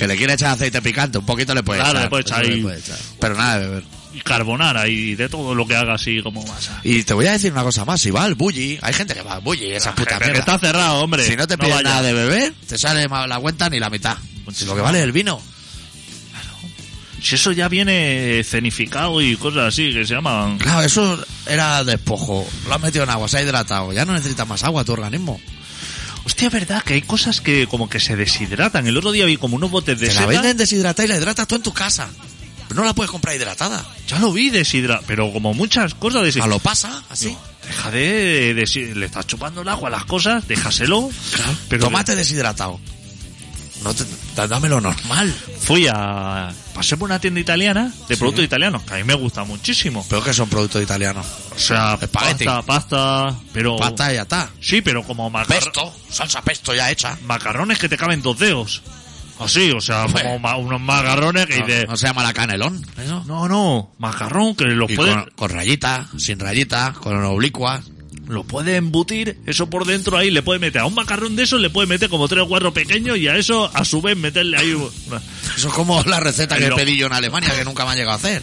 [SPEAKER 1] Que le quiere echar aceite picante. Un poquito le puede
[SPEAKER 2] Claro,
[SPEAKER 1] echar.
[SPEAKER 2] le puede echar
[SPEAKER 1] eso
[SPEAKER 2] ahí.
[SPEAKER 1] Pero nada de beber.
[SPEAKER 2] Y carbonara y de todo lo que haga así como masa.
[SPEAKER 1] Y te voy a decir una cosa más. Si va al bully, hay gente que va al bully, esa puta
[SPEAKER 2] Gente que
[SPEAKER 1] mierda.
[SPEAKER 2] Pues está cerrado, hombre.
[SPEAKER 1] Si no te piden
[SPEAKER 2] vaya.
[SPEAKER 1] nada de beber, te sale más la cuenta ni la mitad. Si lo que vale es el vino.
[SPEAKER 2] Si eso ya viene cenificado y cosas así que se llaman.
[SPEAKER 1] Claro, eso era despojo. Lo has metido en agua, se ha hidratado. Ya no necesitas más agua tu organismo.
[SPEAKER 2] Hostia, verdad que hay cosas que como que se deshidratan. El otro día vi como unos botes de
[SPEAKER 1] Te la
[SPEAKER 2] seda.
[SPEAKER 1] venden deshidratada y la hidratas tú en tu casa. Pero no la puedes comprar hidratada.
[SPEAKER 2] Ya lo vi deshidratado, pero como muchas cosas
[SPEAKER 1] A
[SPEAKER 2] deshidratadas.
[SPEAKER 1] lo pasa, así.
[SPEAKER 2] Deja de, de- si le estás chupando el agua a las cosas, déjaselo. Pero
[SPEAKER 1] Tomate deshidratado. No te, da- dame lo normal.
[SPEAKER 2] fui a pasé por una tienda italiana de productos italianos que a mí me gusta muchísimo.
[SPEAKER 1] Pero que son productos italianos.
[SPEAKER 2] O sea,
[SPEAKER 1] Espagueti.
[SPEAKER 2] pasta, pasta, pero
[SPEAKER 1] Pasta y ya está.
[SPEAKER 2] sí, pero como macar-
[SPEAKER 1] Pesto, salsa pesto ya hecha.
[SPEAKER 2] macarrones que te caben dos dedos. Así, o sea,
[SPEAKER 1] Hombre.
[SPEAKER 2] como ma- unos macarrones que
[SPEAKER 1] No,
[SPEAKER 2] dices,
[SPEAKER 1] no se llama la canelón. Eso.
[SPEAKER 2] no, no, macarrón que lo
[SPEAKER 1] Y
[SPEAKER 2] puedes
[SPEAKER 1] con, con rayitas, sin rayitas, con oblicuas.
[SPEAKER 2] lo puede embutir, eso por dentro ahí le puede meter a un macarrón de esos le puede meter como tres o cuatro pequeños y a eso a su vez meterle ahí una-
[SPEAKER 1] Eso es como la receta que
[SPEAKER 2] Lo-
[SPEAKER 1] pedí yo en Alemania que nunca me ha llegado a hacer.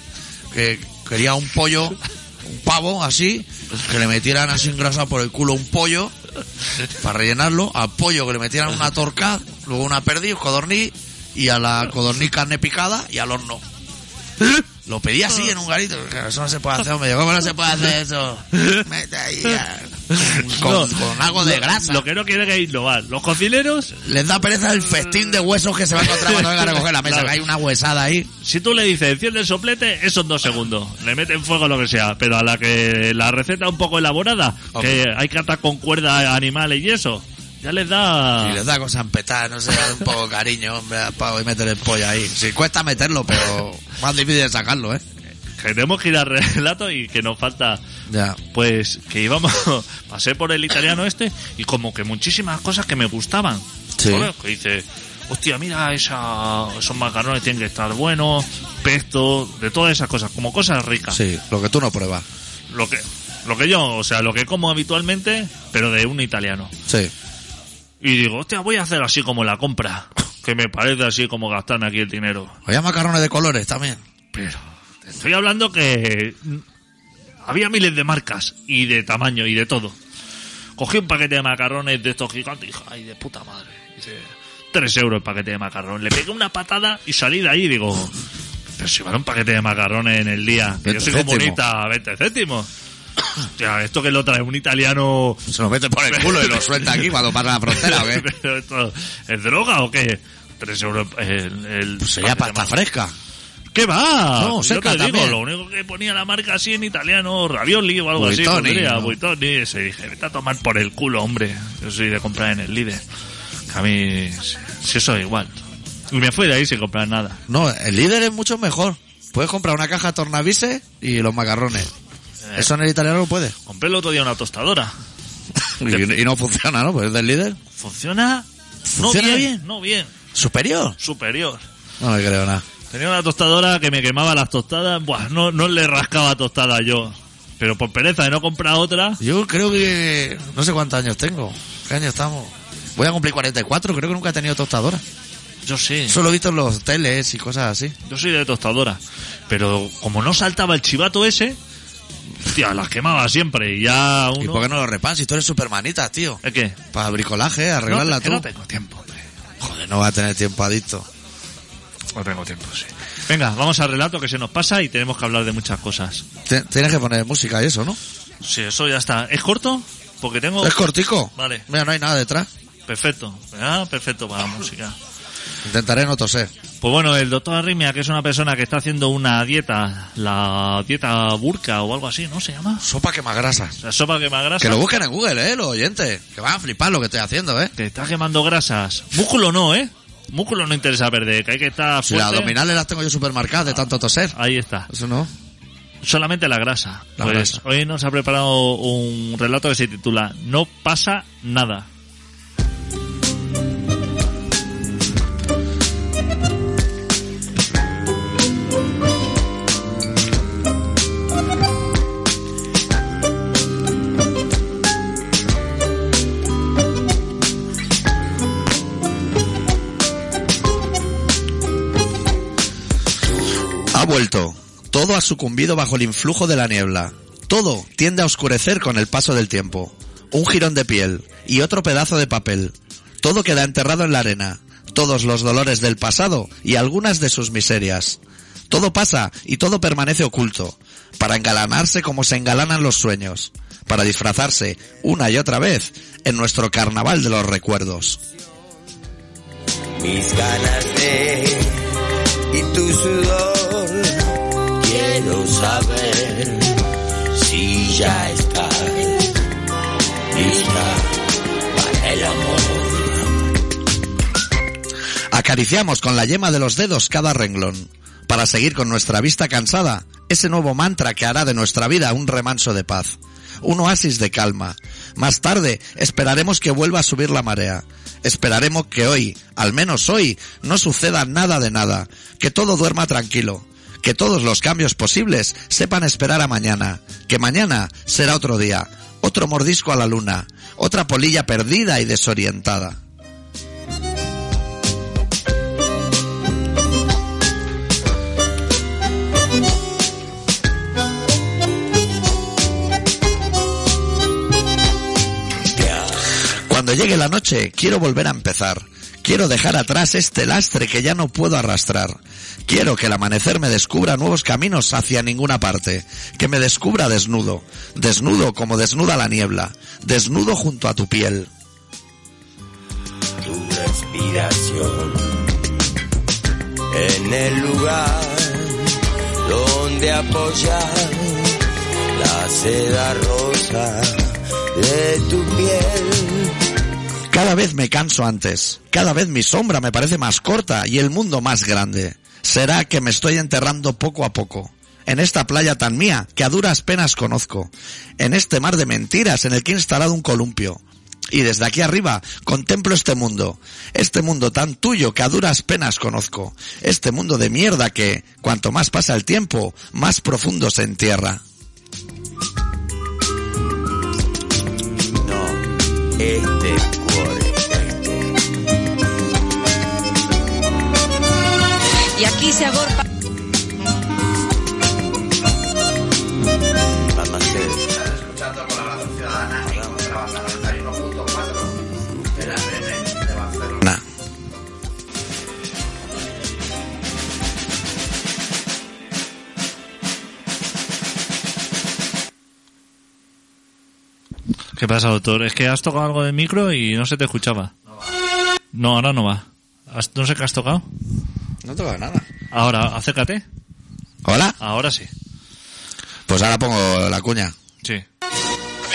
[SPEAKER 1] Que quería un pollo, un pavo así, que le metieran así en grasa por el culo un pollo para rellenarlo, al pollo que le metieran una torca, luego una perdiz, codorniz y a la codorniz carne picada y al horno. Lo pedí así en un garito. Claro, Eso no se puede hacer, hombre. Yo, ¿Cómo no se puede hacer eso? Mete ahí a- con,
[SPEAKER 2] No,
[SPEAKER 1] con algo de
[SPEAKER 2] lo-
[SPEAKER 1] grasa.
[SPEAKER 2] Lo que no quieren es innovar. Los cocineros,
[SPEAKER 1] Les da pereza el festín de huesos que se va a encontrar cuando venga a recoger la mesa.
[SPEAKER 2] Claro.
[SPEAKER 1] Que hay una huesada ahí.
[SPEAKER 2] si tú le dices enciende el soplete, esos dos segundos. Le meten fuego a lo que sea. Pero a la que la receta un poco elaborada,
[SPEAKER 1] Hombre.
[SPEAKER 2] que hay que atar con cuerdas a animales y eso, ya les da.
[SPEAKER 1] Y les da con sampetar, no sé, dale un poco de cariño, hombre, al pavo y meter el pollo ahí. Sí, cuesta meterlo, pero más difícil de sacarlo, ¿eh?
[SPEAKER 2] Que tenemos que ir al relato y que nos falta.
[SPEAKER 1] Ya.
[SPEAKER 2] Pues que íbamos, pasé por el italiano este y como que muchísimas cosas que me gustaban.
[SPEAKER 1] Sí.
[SPEAKER 2] Joder, Que dice, hostia, mira, esa, esos macarrones tienen que estar buenos, pesto, de todas esas cosas, como cosas ricas.
[SPEAKER 1] Sí, lo que tú no pruebas.
[SPEAKER 2] Lo que, lo que yo, o sea, lo que como habitualmente, pero de un italiano.
[SPEAKER 1] Sí.
[SPEAKER 2] Y digo, hostia, voy a hacer así como la compra, que me parece así como gastarme aquí el dinero.
[SPEAKER 1] Había macarrones de colores también.
[SPEAKER 2] Pero te estoy hablando que mm, había miles de marcas y de tamaño y de todo. Cogí un paquete de macarrones de estos gigantes y dije, ay, de puta madre. Dice, tres euros el paquete de macarrón. Le pegué una patada y salí de ahí y digo, pero si vale un paquete de macarrones en el día, que yo
[SPEAKER 1] 20
[SPEAKER 2] soy
[SPEAKER 1] céntimos.
[SPEAKER 2] comunista, 20 céntimos. Hostia, esto que lo trae un italiano...
[SPEAKER 1] Se lo mete por el culo y lo suelta aquí cuando pasa la frontera, ¿o qué?
[SPEAKER 2] Pero esto, ¿Es droga o qué? Tres euros el, el
[SPEAKER 1] Pues sería
[SPEAKER 2] paquete de
[SPEAKER 1] pasta fresca.
[SPEAKER 2] ¿Qué va?
[SPEAKER 1] No,
[SPEAKER 2] Yo
[SPEAKER 1] seca
[SPEAKER 2] te digo,
[SPEAKER 1] también.
[SPEAKER 2] lo único que ponía la marca así en italiano, ravioli o algo así,
[SPEAKER 1] Buitoni,
[SPEAKER 2] pondría,
[SPEAKER 1] ¿no?
[SPEAKER 2] buitoni, se dije, vete a tomar por el culo, hombre. Yo soy de comprar en el líder. Que a mí, si- si eso es igual. Y me fui de ahí sin comprar nada.
[SPEAKER 1] No, el líder es mucho mejor. Puedes comprar una caja de tornavises y los macarrones. Eso en el italiano no puede.
[SPEAKER 2] Compré el otro día una tostadora.
[SPEAKER 1] Y, y no funciona, ¿no? Pues es del líder.
[SPEAKER 2] Funciona,
[SPEAKER 1] ¿Funciona
[SPEAKER 2] no bien,
[SPEAKER 1] bien?
[SPEAKER 2] no bien,
[SPEAKER 1] ¿Superior?
[SPEAKER 2] superior.
[SPEAKER 1] No le creo nada.
[SPEAKER 2] Tenía una tostadora que me quemaba las tostadas, Buah, no, no le rascaba tostada yo. Pero por pereza de no comprar otra,
[SPEAKER 1] Yo creo que no sé cuántos años tengo. ¿Qué año estamos? Voy a cumplir 44, creo que nunca he tenido tostadora.
[SPEAKER 2] yo sí.
[SPEAKER 1] Solo he visto en los teles y cosas así.
[SPEAKER 2] Yo soy de tostadora, pero como no saltaba el chivato ese, hostia, las quemaba siempre y ya uno...
[SPEAKER 1] ¿Y por qué no lo reparas? Si tú eres supermanita, tío.
[SPEAKER 2] ¿Es qué?
[SPEAKER 1] Para bricolaje, arreglarla
[SPEAKER 2] no, que
[SPEAKER 1] tú.
[SPEAKER 2] no tengo tiempo, hombre.
[SPEAKER 1] Joder, no va a tener tiempo adicto.
[SPEAKER 2] No tengo tiempo, sí. Venga, vamos al relato que se nos pasa y tenemos que hablar de muchas cosas.
[SPEAKER 1] Te- Tienes que poner música y eso, ¿no?
[SPEAKER 2] Sí, eso ya está. ¿Es corto? Porque tengo...
[SPEAKER 1] Es cortico.
[SPEAKER 2] Oh. Vale.
[SPEAKER 1] Mira, no hay nada detrás.
[SPEAKER 2] Perfecto. Ah, perfecto para la música.
[SPEAKER 1] Intentaré no toser.
[SPEAKER 2] Pues bueno, el doctor Arrimia, que es una persona que está haciendo una dieta, la dieta burka o algo así, ¿no se llama?
[SPEAKER 1] Sopa que más grasa.
[SPEAKER 2] La sopa quema grasa.
[SPEAKER 1] Que lo busquen en Google, ¿eh? Los oyentes. Que van a flipar lo que estoy haciendo, ¿eh?
[SPEAKER 2] Te está quemando grasas. Músculo no, ¿eh? Músculo no interesa perder, que hay que estar
[SPEAKER 1] Si las
[SPEAKER 2] fuerte. Ah.
[SPEAKER 1] abdominales las tengo yo supermarcadas de tanto toser.
[SPEAKER 2] Ahí está.
[SPEAKER 1] Eso no.
[SPEAKER 2] Solamente la grasa.
[SPEAKER 1] La
[SPEAKER 2] pues
[SPEAKER 1] grasa.
[SPEAKER 2] hoy nos ha preparado un relato que se titula No pasa nada.
[SPEAKER 1] Ha vuelto. Todo ha sucumbido bajo el influjo de la niebla. Todo tiende a oscurecer con el paso del tiempo. Un jirón de piel y otro pedazo de papel. Todo queda enterrado en la arena. Todos los dolores del pasado y algunas de sus miserias. Todo pasa y todo permanece oculto. Para engalanarse como se engalanan los sueños. Para disfrazarse una y otra vez en nuestro carnaval de los recuerdos.
[SPEAKER 4] mis ganas de y tu sudor. Quiero saber si ya estás lista para el amor.
[SPEAKER 1] Acariciamos con la yema de los dedos cada renglón, para seguir con nuestra vista cansada ese nuevo mantra que hará de nuestra vida un remanso de paz, un oasis de calma. Más tarde esperaremos que vuelva a subir la marea. Esperaremos que hoy, al menos hoy, no suceda nada de nada, que todo duerma tranquilo, que todos los cambios posibles sepan esperar a mañana, que mañana será otro día, otro mordisco a la luna, otra polilla perdida y desorientada. Cuando llegue la noche, quiero volver a empezar. Quiero dejar atrás este lastre que ya no puedo arrastrar. Quiero que el amanecer me descubra nuevos caminos hacia ninguna parte. Que me descubra desnudo. Desnudo como desnuda la niebla. Desnudo junto a tu piel.
[SPEAKER 4] Tu respiración en el lugar donde apoyar la seda rosa de tu piel.
[SPEAKER 1] Cada vez me canso antes. Cada vez mi sombra me parece más corta y el mundo más grande. Será que me estoy enterrando poco a poco. En esta playa tan mía, que a duras penas conozco. En este mar de mentiras en el que he instalado un columpio. Y desde aquí arriba contemplo este mundo. Este mundo tan tuyo que a duras penas conozco. Este mundo de mierda que, cuanto más pasa el tiempo, más profundo se entierra.
[SPEAKER 4] No, este cuore.
[SPEAKER 5] Y aquí se agorpa.
[SPEAKER 4] Mamá se
[SPEAKER 1] Nah.
[SPEAKER 2] ¿Qué pasa, doctor? Es que has tocado algo del micro y no se te escuchaba. No, ahora no va. Has- No sé qué has tocado.
[SPEAKER 1] No te va nada.
[SPEAKER 2] Ahora, acércate.
[SPEAKER 1] Hola.
[SPEAKER 2] Ahora sí.
[SPEAKER 1] Pues ahora pongo la cuña.
[SPEAKER 2] Sí.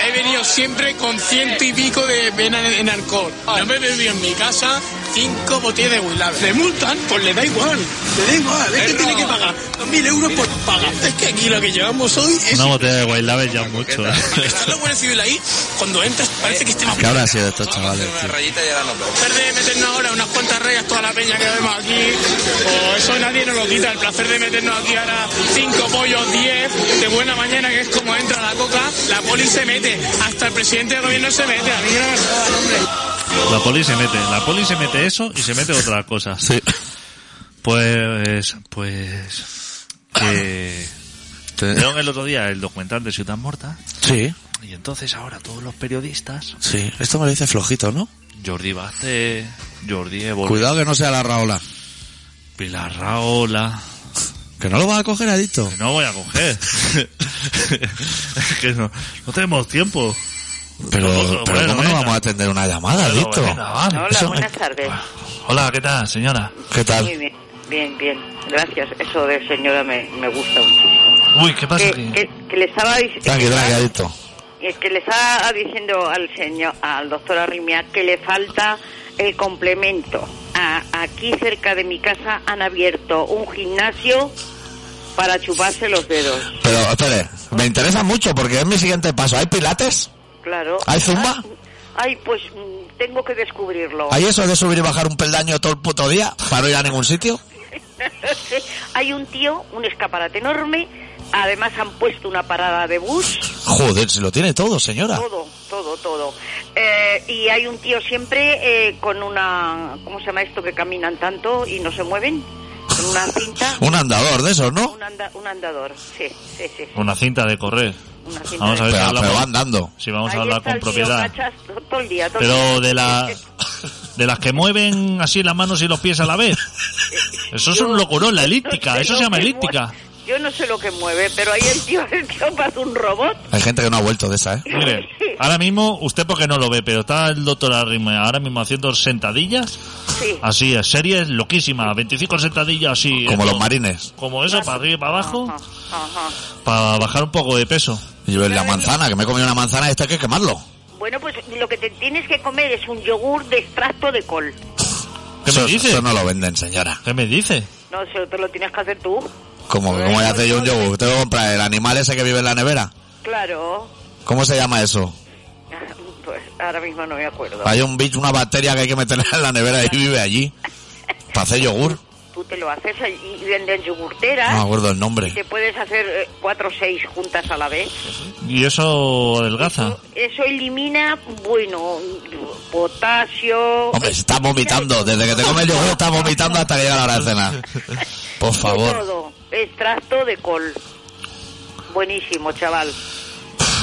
[SPEAKER 6] He venido siempre con ciento y pico de vena en, en alcohol. No me he bebido en mi casa cinco botellas de Willard. ¿Le multan? Pues le da igual. Le da igual. Es que tiene que pagar dos mil euros por paga. Es que aquí lo que llevamos hoy es...
[SPEAKER 2] Una botella de Guaylabel ya mucho. ¿eh?
[SPEAKER 6] Está la Guardia Civil ahí, cuando entras parece que esté más...
[SPEAKER 1] ¿Qué habrá sido de estos chavales, tío?
[SPEAKER 6] placer de meternos ahora unas cuantas rayas toda la peña que vemos aquí, o eso nadie nos lo quita, el placer de meternos aquí ahora cinco pollos, diez, de buena mañana, que es como entra la coca, la poli se mete, hasta el presidente del gobierno se mete, a mí no me jodan, hombre.
[SPEAKER 2] La poli se mete, la poli se mete eso y se mete otra cosa. Pues, pues, que
[SPEAKER 1] Te-
[SPEAKER 2] vieron el otro día el documental de Ciudad Morta
[SPEAKER 1] Sí,
[SPEAKER 2] y entonces ahora todos los periodistas,
[SPEAKER 1] sí. Esto me lo dice flojito, ¿no?
[SPEAKER 2] Jordi Baste, Jordi Evol,
[SPEAKER 1] Cuidado que no sea la Raola.
[SPEAKER 2] Pilar Raola,
[SPEAKER 1] Que no lo vas a coger, Adicto.
[SPEAKER 2] que no voy a coger. que no, no tenemos tiempo.
[SPEAKER 1] Pero,
[SPEAKER 2] Bueno,
[SPEAKER 1] pero ¿cómo no
[SPEAKER 2] venga.
[SPEAKER 1] vamos a atender una llamada,
[SPEAKER 2] Bueno,
[SPEAKER 1] Adicto?
[SPEAKER 2] venga, vale.
[SPEAKER 7] Hola,
[SPEAKER 1] Eso-
[SPEAKER 7] buenas tardes.
[SPEAKER 2] Hola, ¿qué tal, señora?
[SPEAKER 1] ¿Qué
[SPEAKER 7] Muy
[SPEAKER 1] tal?
[SPEAKER 7] bien, bien, bien. Gracias. Eso de señora me, me gusta muchísimo.
[SPEAKER 2] Uy, ¿qué pasa?
[SPEAKER 7] Que,
[SPEAKER 2] aquí?
[SPEAKER 7] que- que le estaba dic-
[SPEAKER 1] Tranqui, tranqui, Adicto.
[SPEAKER 7] eh, que le estaba diciendo al señor, al doctor Arrimia, que le falta el complemento. A- aquí cerca de mi casa han abierto un gimnasio para chuparse los dedos.
[SPEAKER 1] Pero, espere, me interesa mucho porque es mi siguiente paso. ¿Hay pilates?
[SPEAKER 7] Claro.
[SPEAKER 1] ¿Hay zumba?
[SPEAKER 7] Ay, pues mm, tengo que descubrirlo.
[SPEAKER 1] ¿Hay eso de subir y bajar un peldaño todo el puto día para no ir a ningún sitio?
[SPEAKER 7] ¿Eh? Hay un tío, un escaparate enorme. Además han puesto una parada de bus,
[SPEAKER 1] Joder, si lo tiene todo, señora.
[SPEAKER 7] todo, todo, todo. Eh, y hay un tío siempre eh, con una, ¿cómo se llama esto que caminan tanto y no se mueven? Con una cinta,
[SPEAKER 1] Un andador de esos, ¿no?
[SPEAKER 7] un, anda- un andador. Sí, sí, sí. sí.
[SPEAKER 2] Una cinta de correr.
[SPEAKER 7] Una cinta
[SPEAKER 2] Vamos a
[SPEAKER 7] de-
[SPEAKER 2] ver
[SPEAKER 1] Pero,
[SPEAKER 2] si
[SPEAKER 1] pero va
[SPEAKER 2] hablamos,
[SPEAKER 1] andando.
[SPEAKER 2] si vamos
[SPEAKER 7] Ahí
[SPEAKER 2] a hablar
[SPEAKER 7] está
[SPEAKER 2] con
[SPEAKER 7] el tío,
[SPEAKER 2] propiedad.
[SPEAKER 7] cachas, to- todo el día, todo el día.
[SPEAKER 2] Pero de la de las que mueven así las manos y los pies a la vez. Eso es un locurón, la elíptica,
[SPEAKER 7] sé
[SPEAKER 2] eso
[SPEAKER 7] lo
[SPEAKER 2] se llama
[SPEAKER 7] que
[SPEAKER 2] elíptica.
[SPEAKER 7] mueve. Yo no sé lo que mueve, pero ahí el tío, el tío parece un robot.
[SPEAKER 1] Hay gente que no ha vuelto de esa, ¿eh?
[SPEAKER 2] Mire, ahora mismo, usted porque no lo ve, pero está el doctor Arrimea ahora mismo haciendo sentadillas,
[SPEAKER 7] Sí.
[SPEAKER 2] así, series loquísimas, 25 sentadillas así.
[SPEAKER 1] Como
[SPEAKER 2] esto,
[SPEAKER 1] los marines.
[SPEAKER 2] Como eso, para arriba y para abajo,
[SPEAKER 7] Ajá, ajá.
[SPEAKER 2] para bajar un poco de peso.
[SPEAKER 1] Y yo, la manzana, que me he comido una manzana, esto hay que quemarlo.
[SPEAKER 7] Bueno, pues lo que te tienes que comer es un yogur de extracto de col.
[SPEAKER 2] ¿Qué
[SPEAKER 1] eso,
[SPEAKER 2] me dice?
[SPEAKER 1] eso no lo venden, señora.
[SPEAKER 2] ¿Qué me dice?
[SPEAKER 7] No, eso te lo tienes que hacer tú.
[SPEAKER 1] ¿Cómo, cómo voy a hacer yo un yogur? ¿Tengo que comprar el animal ese que vive en la nevera?
[SPEAKER 7] Claro.
[SPEAKER 1] ¿Cómo se llama eso?
[SPEAKER 7] Pues ahora mismo no me acuerdo.
[SPEAKER 1] Hay un bicho, una bacteria que hay que meterla en la nevera y vive allí. Para hacer yogur.
[SPEAKER 7] Tú te lo haces y y venden yogurteras.
[SPEAKER 1] No me acuerdo el
[SPEAKER 7] y Te
[SPEAKER 1] nombre.
[SPEAKER 7] puedes hacer eh, cuatro o seis juntas a la vez.
[SPEAKER 2] ¿Y eso adelgaza?
[SPEAKER 7] Eso, eso elimina, bueno, potasio.
[SPEAKER 1] Hombre, está vomitando. Desde que te comes yogur está vomitando hasta que llega la hora de cenar. Por
[SPEAKER 7] de
[SPEAKER 1] favor.
[SPEAKER 7] todo. Extracto de col. Buenísimo, chaval.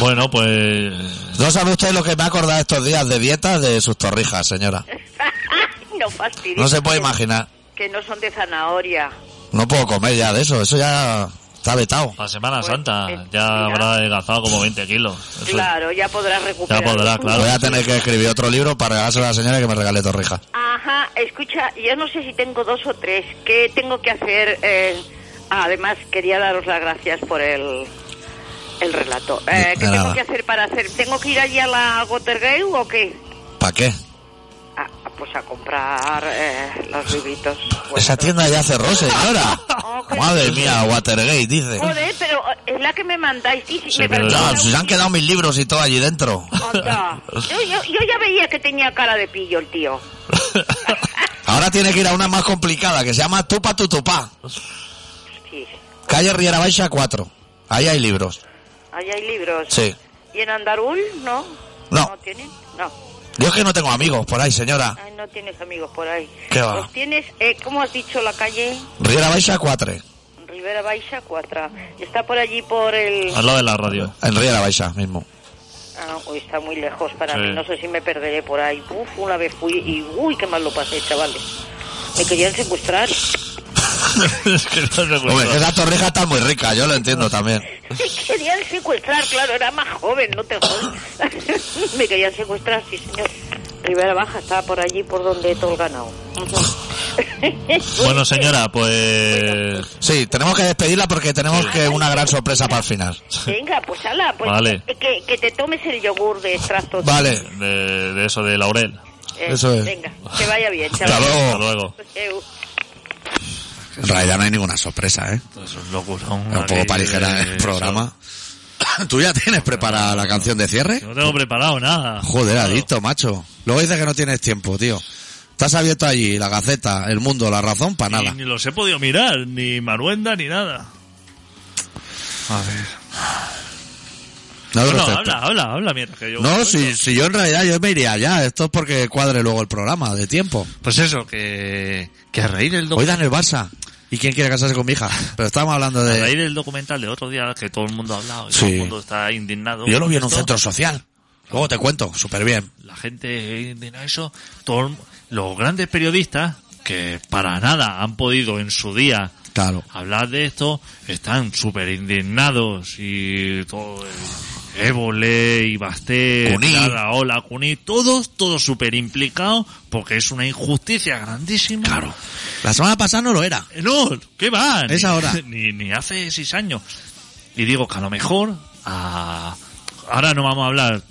[SPEAKER 2] Bueno, pues...
[SPEAKER 1] ¿No sabe usted lo que me ha acordado estos días de dieta de sus torrijas, señora?
[SPEAKER 7] no fastidies.
[SPEAKER 1] No se puede imaginar.
[SPEAKER 7] Que no son de zanahoria.
[SPEAKER 1] No puedo comer ya de eso. Eso ya está vetado.
[SPEAKER 2] Para Semana
[SPEAKER 7] Pues,
[SPEAKER 2] Santa
[SPEAKER 7] eh,
[SPEAKER 2] ya
[SPEAKER 7] mira.
[SPEAKER 2] habrá adelgazado como 20 kilos. Eso-
[SPEAKER 7] Claro, ya podrás recuperar.
[SPEAKER 2] podrás, claro.
[SPEAKER 1] Voy a tener que escribir otro libro para regalárselo a la señora que me regale torrijas.
[SPEAKER 7] Ajá, escucha, yo no sé si tengo dos o tres. ¿Qué tengo que hacer? Eh, ah, además, quería daros las gracias por el, el relato.
[SPEAKER 1] De
[SPEAKER 7] Eh, ¿Qué
[SPEAKER 1] nada.
[SPEAKER 7] tengo que hacer para hacer? ¿Tengo que ir allí a la Gottergay o qué?
[SPEAKER 1] ¿Para qué?
[SPEAKER 7] Ah, pues a comprar eh, los libritos.
[SPEAKER 1] Pues Esa
[SPEAKER 7] vuestros.
[SPEAKER 1] tienda ya cerró, señora. Madre mía, Watergate, dice.
[SPEAKER 7] Joder, pero eh, es la que me mandáis. Sí, sí,
[SPEAKER 2] Sí,
[SPEAKER 7] me
[SPEAKER 2] pero
[SPEAKER 7] pareció
[SPEAKER 1] No,
[SPEAKER 7] la
[SPEAKER 1] se han quedado mis libros y todo allí dentro.
[SPEAKER 7] Anda. Yo, yo- yo ya veía que tenía cara de pillo el tío.
[SPEAKER 1] Ahora tiene que ir a una más complicada que se llama Tupa Tutupá.
[SPEAKER 7] Sí.
[SPEAKER 1] Calle Riera Baixa 4. Ahí hay libros.
[SPEAKER 7] Ahí hay libros.
[SPEAKER 1] Sí.
[SPEAKER 7] ¿Y en Andarul? No.
[SPEAKER 1] No.
[SPEAKER 7] ¿No tienen? No.
[SPEAKER 1] Yo es que no tengo amigos por ahí, señora.
[SPEAKER 7] Ay, no tienes amigos por ahí.
[SPEAKER 1] ¿Qué va?
[SPEAKER 7] Los tienes, eh, ¿cómo has dicho la calle?
[SPEAKER 1] Riera Baixa 4.
[SPEAKER 7] Rivera Baixa 4. Está por allí por el...
[SPEAKER 2] Al lado de la radio.
[SPEAKER 1] En Riera Baixa mismo.
[SPEAKER 7] Ah, uy, está muy lejos para
[SPEAKER 2] Sí.
[SPEAKER 7] mí. No sé si me perderé por ahí. Uf, una vez fui y uy, qué mal lo pasé, chavales. Me querían secuestrar.
[SPEAKER 2] Es que no recuerdo.
[SPEAKER 1] Hombre, que esa torrija está muy rica, yo lo entiendo también.
[SPEAKER 7] Me querían secuestrar, claro, era más joven, no te jodas. Me querían secuestrar, sí, señor. Rivera Baja estaba por allí, por donde todo el ganado.
[SPEAKER 2] Bueno, señora, pues...
[SPEAKER 1] Sí, tenemos que despedirla porque tenemos que una gran sorpresa para el final.
[SPEAKER 7] Venga, pues ala, pues
[SPEAKER 2] Vale.
[SPEAKER 7] que, que te tomes el yogur de extracto.
[SPEAKER 1] Vale,
[SPEAKER 2] de, de eso de laurel.
[SPEAKER 7] Eh,
[SPEAKER 1] eso es.
[SPEAKER 7] Venga, que vaya bien, chaval. Pues, eh,
[SPEAKER 1] Hasta luego.
[SPEAKER 2] Hasta luego.
[SPEAKER 7] Eu.
[SPEAKER 1] en realidad no hay ninguna sorpresa, ¿eh?
[SPEAKER 2] Pues Es un locurón.
[SPEAKER 1] Es un poco
[SPEAKER 2] aquí,
[SPEAKER 1] para aligerar
[SPEAKER 2] eh,
[SPEAKER 1] el programa. ¿Tú ya tienes preparada la canción de cierre?
[SPEAKER 2] eso. No tengo preparado nada.
[SPEAKER 1] Joder,
[SPEAKER 2] Claro.
[SPEAKER 1] adicto, macho. Luego dices que no tienes tiempo, tío. Estás abierto allí, la Gaceta, el Mundo, la Razón, para
[SPEAKER 2] Ni-
[SPEAKER 1] nada.
[SPEAKER 2] Ni, los he podido mirar, ni Maruenda, ni nada.
[SPEAKER 1] No,
[SPEAKER 2] No,
[SPEAKER 1] te
[SPEAKER 2] no,
[SPEAKER 1] respeto.
[SPEAKER 2] habla, habla, habla mientras que yo...
[SPEAKER 1] No, si, si yo en realidad yo me iría ya. Esto es porque cuadre luego el programa de tiempo.
[SPEAKER 2] Pues eso, que... Que a raíz del, doc-
[SPEAKER 1] Hoy dan el Barça. ¿Y quién quiere casarse con mi hija? Pero estamos hablando
[SPEAKER 2] a raíz
[SPEAKER 1] de...
[SPEAKER 2] del documental de otro día que todo el mundo ha hablado y
[SPEAKER 1] Sí.
[SPEAKER 2] todo el mundo está indignado.
[SPEAKER 1] Yo lo vi en
[SPEAKER 2] con
[SPEAKER 1] un
[SPEAKER 2] esto.
[SPEAKER 1] centro social. Luego te cuento, súper bien.
[SPEAKER 2] la gente indignada eso, todo el- los grandes periodistas que para nada han podido en su día
[SPEAKER 1] Claro.
[SPEAKER 2] hablar de esto, están súper indignados y todo el Évole, Ibasté,
[SPEAKER 1] Cuní.
[SPEAKER 2] Ola, Cuní, todos, todos súper implicados porque es una injusticia grandísima. Claro.
[SPEAKER 1] La semana pasada no lo era.
[SPEAKER 2] No, ¿qué va? Ni-
[SPEAKER 1] Es ahora.
[SPEAKER 2] Ni, ni hace seis años. Y digo que a lo mejor, a- ahora no vamos a hablar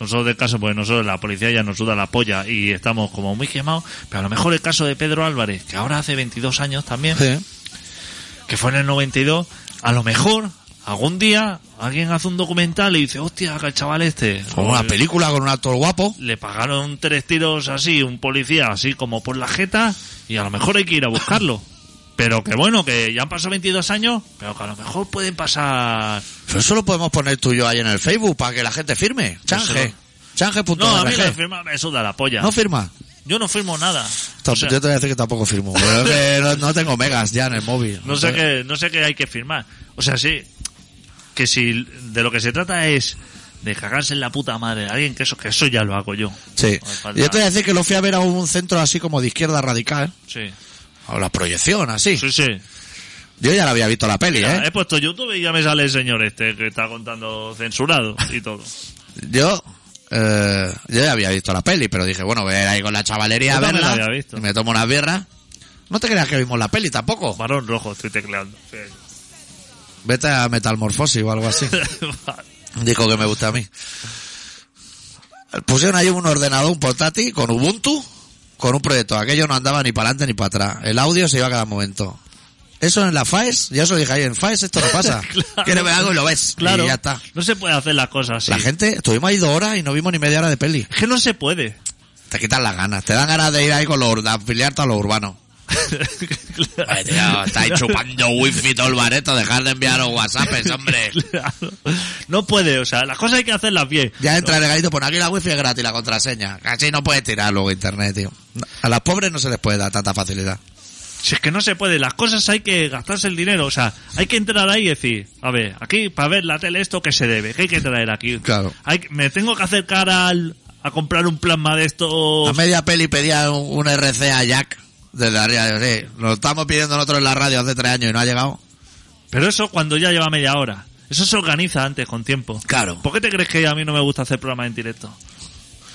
[SPEAKER 2] nosotros del caso, porque nosotros la policía ya nos suda la polla y estamos como muy quemados, pero a lo mejor el caso de Pedro Álvarez, que ahora hace 22 años también,
[SPEAKER 1] Sí.
[SPEAKER 2] que fue en el 92, a lo mejor algún día alguien hace un documental y dice, hostia, que el chaval este...
[SPEAKER 1] O una
[SPEAKER 2] eh,
[SPEAKER 1] película con un actor guapo.
[SPEAKER 2] Le pagaron tres tiros así, un policía así como por la jeta, y a lo mejor hay que ir a buscarlo. Pero que bueno, que ya han pasado 22 años, pero que a lo mejor pueden pasar...
[SPEAKER 1] Pero eso lo podemos poner tú y yo ahí en el Facebook para que la gente firme. Change.
[SPEAKER 2] Eso
[SPEAKER 1] Change.org.
[SPEAKER 2] No, a mí me firma, eso da la polla.
[SPEAKER 1] No firma.
[SPEAKER 2] Yo no firmo nada.
[SPEAKER 1] Tam-
[SPEAKER 2] O sea,
[SPEAKER 1] yo te voy a decir que tampoco firmo. Pero es que no, no tengo megas ya en el móvil.
[SPEAKER 2] No sé qué, no sé qué hay que firmar. O sea, sí, que si de lo que se trata es de cagarse en la puta madre de alguien, que eso, que eso ya lo hago yo.
[SPEAKER 1] Sí.
[SPEAKER 2] No me falta-
[SPEAKER 1] Yo te voy a decir que lo fui a ver a un centro así como de izquierda radical.
[SPEAKER 2] Sí,
[SPEAKER 1] O la proyección, así.
[SPEAKER 2] sí, sí.
[SPEAKER 1] Yo ya la había visto la peli,
[SPEAKER 2] Ya,
[SPEAKER 1] ¿eh?
[SPEAKER 2] He puesto YouTube y ya me sale el señor este que está contando censurado y todo.
[SPEAKER 1] Yo, eh, yo ya había visto la peli, pero dije, bueno, voy a ir ahí con la chavalería
[SPEAKER 2] Yo
[SPEAKER 1] a
[SPEAKER 2] también
[SPEAKER 1] verla.
[SPEAKER 2] la había visto.
[SPEAKER 1] y Me tomo unas birras. No te creas que vimos la peli tampoco.
[SPEAKER 2] Varón rojo, estoy tecleando. Sí.
[SPEAKER 1] Vete a Metalmorfosis o algo así. Dijo que me gusta a mí. Pusieron ahí un ordenador, un portátil, con Ubuntu, con un proyecto. Aquello no andaba ni para adelante ni para atrás. El audio se iba a cada momento. Eso en la FAES, ya eso dije ahí, en FAES esto no pasa.
[SPEAKER 2] Claro.
[SPEAKER 1] Quieres ver algo y lo ves.
[SPEAKER 2] claro,
[SPEAKER 1] Y ya está.
[SPEAKER 2] no se puede hacer las cosas así.
[SPEAKER 1] La gente, estuvimos ahí dos horas y no vimos ni media hora de peli.
[SPEAKER 2] Es que no se puede.
[SPEAKER 1] Te quitan las ganas, te dan ganas de ir ahí con los, de afiliarte a los urbanos.
[SPEAKER 2] Claro.
[SPEAKER 1] Vale, tío, estáis chupando wifi todo el bareto, dejar de enviar los whatsapps, hombre.
[SPEAKER 2] Claro. No puede, o sea, las cosas hay que hacerlas bien.
[SPEAKER 1] Ya entra el regalito, pon aquí la wifi es gratis, la contraseña. Casi no puedes tirar luego internet, tío. A las pobres no se les puede dar tanta facilidad.
[SPEAKER 2] Si es que no se puede, las cosas hay que gastarse el dinero, o sea, hay que entrar ahí y decir, a ver, aquí para ver la tele esto que se debe, que hay que traer aquí.
[SPEAKER 1] Claro.
[SPEAKER 2] Hay que- me tengo que acercar al, a comprar un plasma de
[SPEAKER 1] A
[SPEAKER 2] esto.
[SPEAKER 1] media peli pedía un, un RC a Jack desde arriba. Yo, sí, lo estamos pidiendo nosotros en la radio hace tres años y no ha llegado.
[SPEAKER 2] Pero eso cuando ya lleva media hora. Eso se organiza antes con tiempo.
[SPEAKER 1] Claro.
[SPEAKER 2] ¿Por qué te crees que a mí no me gusta hacer programas en directo?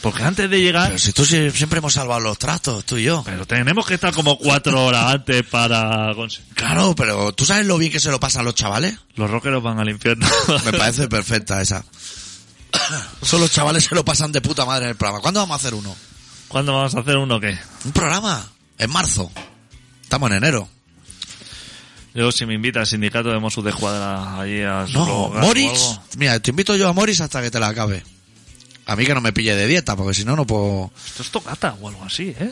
[SPEAKER 2] Porque antes de llegar,
[SPEAKER 1] Pero
[SPEAKER 2] pero,
[SPEAKER 1] si tú si- siempre hemos salvado los tratos, tú y yo.
[SPEAKER 2] tenemos que estar como cuatro horas antes para conseguir.
[SPEAKER 1] Claro, pero ¿tú sabes lo bien que se lo pasan los chavales?
[SPEAKER 2] Los rockeros van al infierno.
[SPEAKER 1] Me parece perfecta esa. Son los chavales se lo pasan de puta madre en el programa. ¿Cuándo vamos a hacer uno?
[SPEAKER 2] ¿Cuándo vamos a hacer uno que?
[SPEAKER 1] Un programa. En marzo. Estamos en enero.
[SPEAKER 2] Yo, si me invita al sindicato de Mossos de Cuadra allí a su
[SPEAKER 1] No,
[SPEAKER 2] hogar o
[SPEAKER 1] Moritz.
[SPEAKER 2] algo.
[SPEAKER 1] Mira, te invito yo a Moritz hasta que te la acabe. A mí que no me pille de dieta, porque si no, no puedo.
[SPEAKER 2] Esto es tocata o algo así, ¿eh?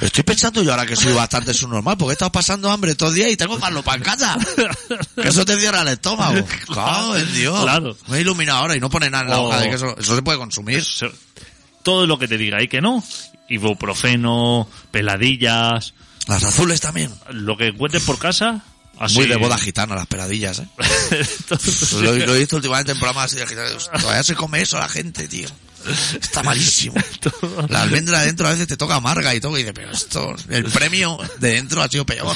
[SPEAKER 1] Estoy pensando yo ahora que soy bastante subnormal, porque he estado pasando hambre todo el día y tengo más los pancatas. Que eso te cierra el estómago. Claro, Ah, en Dios.
[SPEAKER 2] Claro.
[SPEAKER 1] Me he iluminado ahora y no pone nada en la
[SPEAKER 2] Oh.
[SPEAKER 1] hoja de que eso, eso se puede consumir.
[SPEAKER 2] Eso- todo lo que te diga y que no. Ibuprofeno, peladillas,
[SPEAKER 1] Las azules también.
[SPEAKER 2] lo que encuentres por casa. Así.
[SPEAKER 1] Muy de boda gitana las peladillas, eh.
[SPEAKER 2] Entonces,
[SPEAKER 1] Pues Lo, lo he visto últimamente en programas así de gitana. Digo, Todavía se come eso la gente, tío. Está malísimo.
[SPEAKER 2] todo-
[SPEAKER 1] La almendra de dentro a veces te toca amarga y todo, y dices, pero esto, el premio de dentro ha sido peor.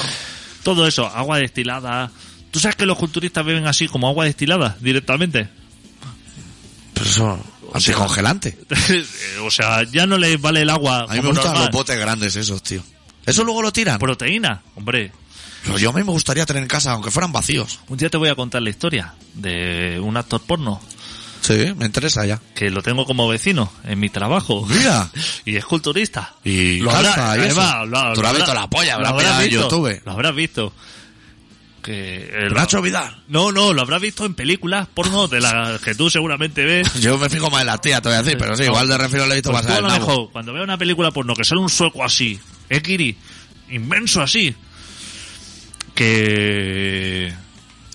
[SPEAKER 2] todo eso, agua destilada. ¿Tú sabes que los culturistas beben así como agua destilada directamente?
[SPEAKER 1] Pero eso, anticongelante.
[SPEAKER 2] o sea, ya no les vale el agua.
[SPEAKER 1] A mí me
[SPEAKER 2] como
[SPEAKER 1] gustan
[SPEAKER 2] normal.
[SPEAKER 1] los botes grandes esos, tío. Eso luego lo tiran.
[SPEAKER 2] Proteína, hombre.
[SPEAKER 1] Pero yo a mí me gustaría tener en casa, aunque fueran vacíos.
[SPEAKER 2] Un día te voy a contar la historia de un actor porno
[SPEAKER 1] Sí, me interesa ya.
[SPEAKER 2] que lo tengo como vecino en mi trabajo.
[SPEAKER 1] Mira.
[SPEAKER 2] Y es culturista.
[SPEAKER 1] Y
[SPEAKER 2] lo
[SPEAKER 1] calza
[SPEAKER 2] habrá-
[SPEAKER 1] y eso.
[SPEAKER 2] además, lo ha-
[SPEAKER 1] Tú lo has
[SPEAKER 2] lo
[SPEAKER 1] visto
[SPEAKER 2] habrá-
[SPEAKER 1] la polla,
[SPEAKER 2] lo
[SPEAKER 1] habrás
[SPEAKER 2] habrás
[SPEAKER 1] pillado en
[SPEAKER 2] visto,
[SPEAKER 1] YouTube.
[SPEAKER 2] Lo habrás visto. Que el-
[SPEAKER 1] Nacho Vidal.
[SPEAKER 2] No, no, lo habrás visto en películas porno de las que tú seguramente ves.
[SPEAKER 1] Yo me fijo más en la tía, te voy a decir, pero sí, igual de refiero le he visto
[SPEAKER 2] Pues tú
[SPEAKER 1] pasar
[SPEAKER 2] a
[SPEAKER 1] el
[SPEAKER 2] lo
[SPEAKER 1] nabo.
[SPEAKER 2] mejor, cuando veo una película porno que sale un sueco así, ¿eh, Kiri? Inmenso así. Que...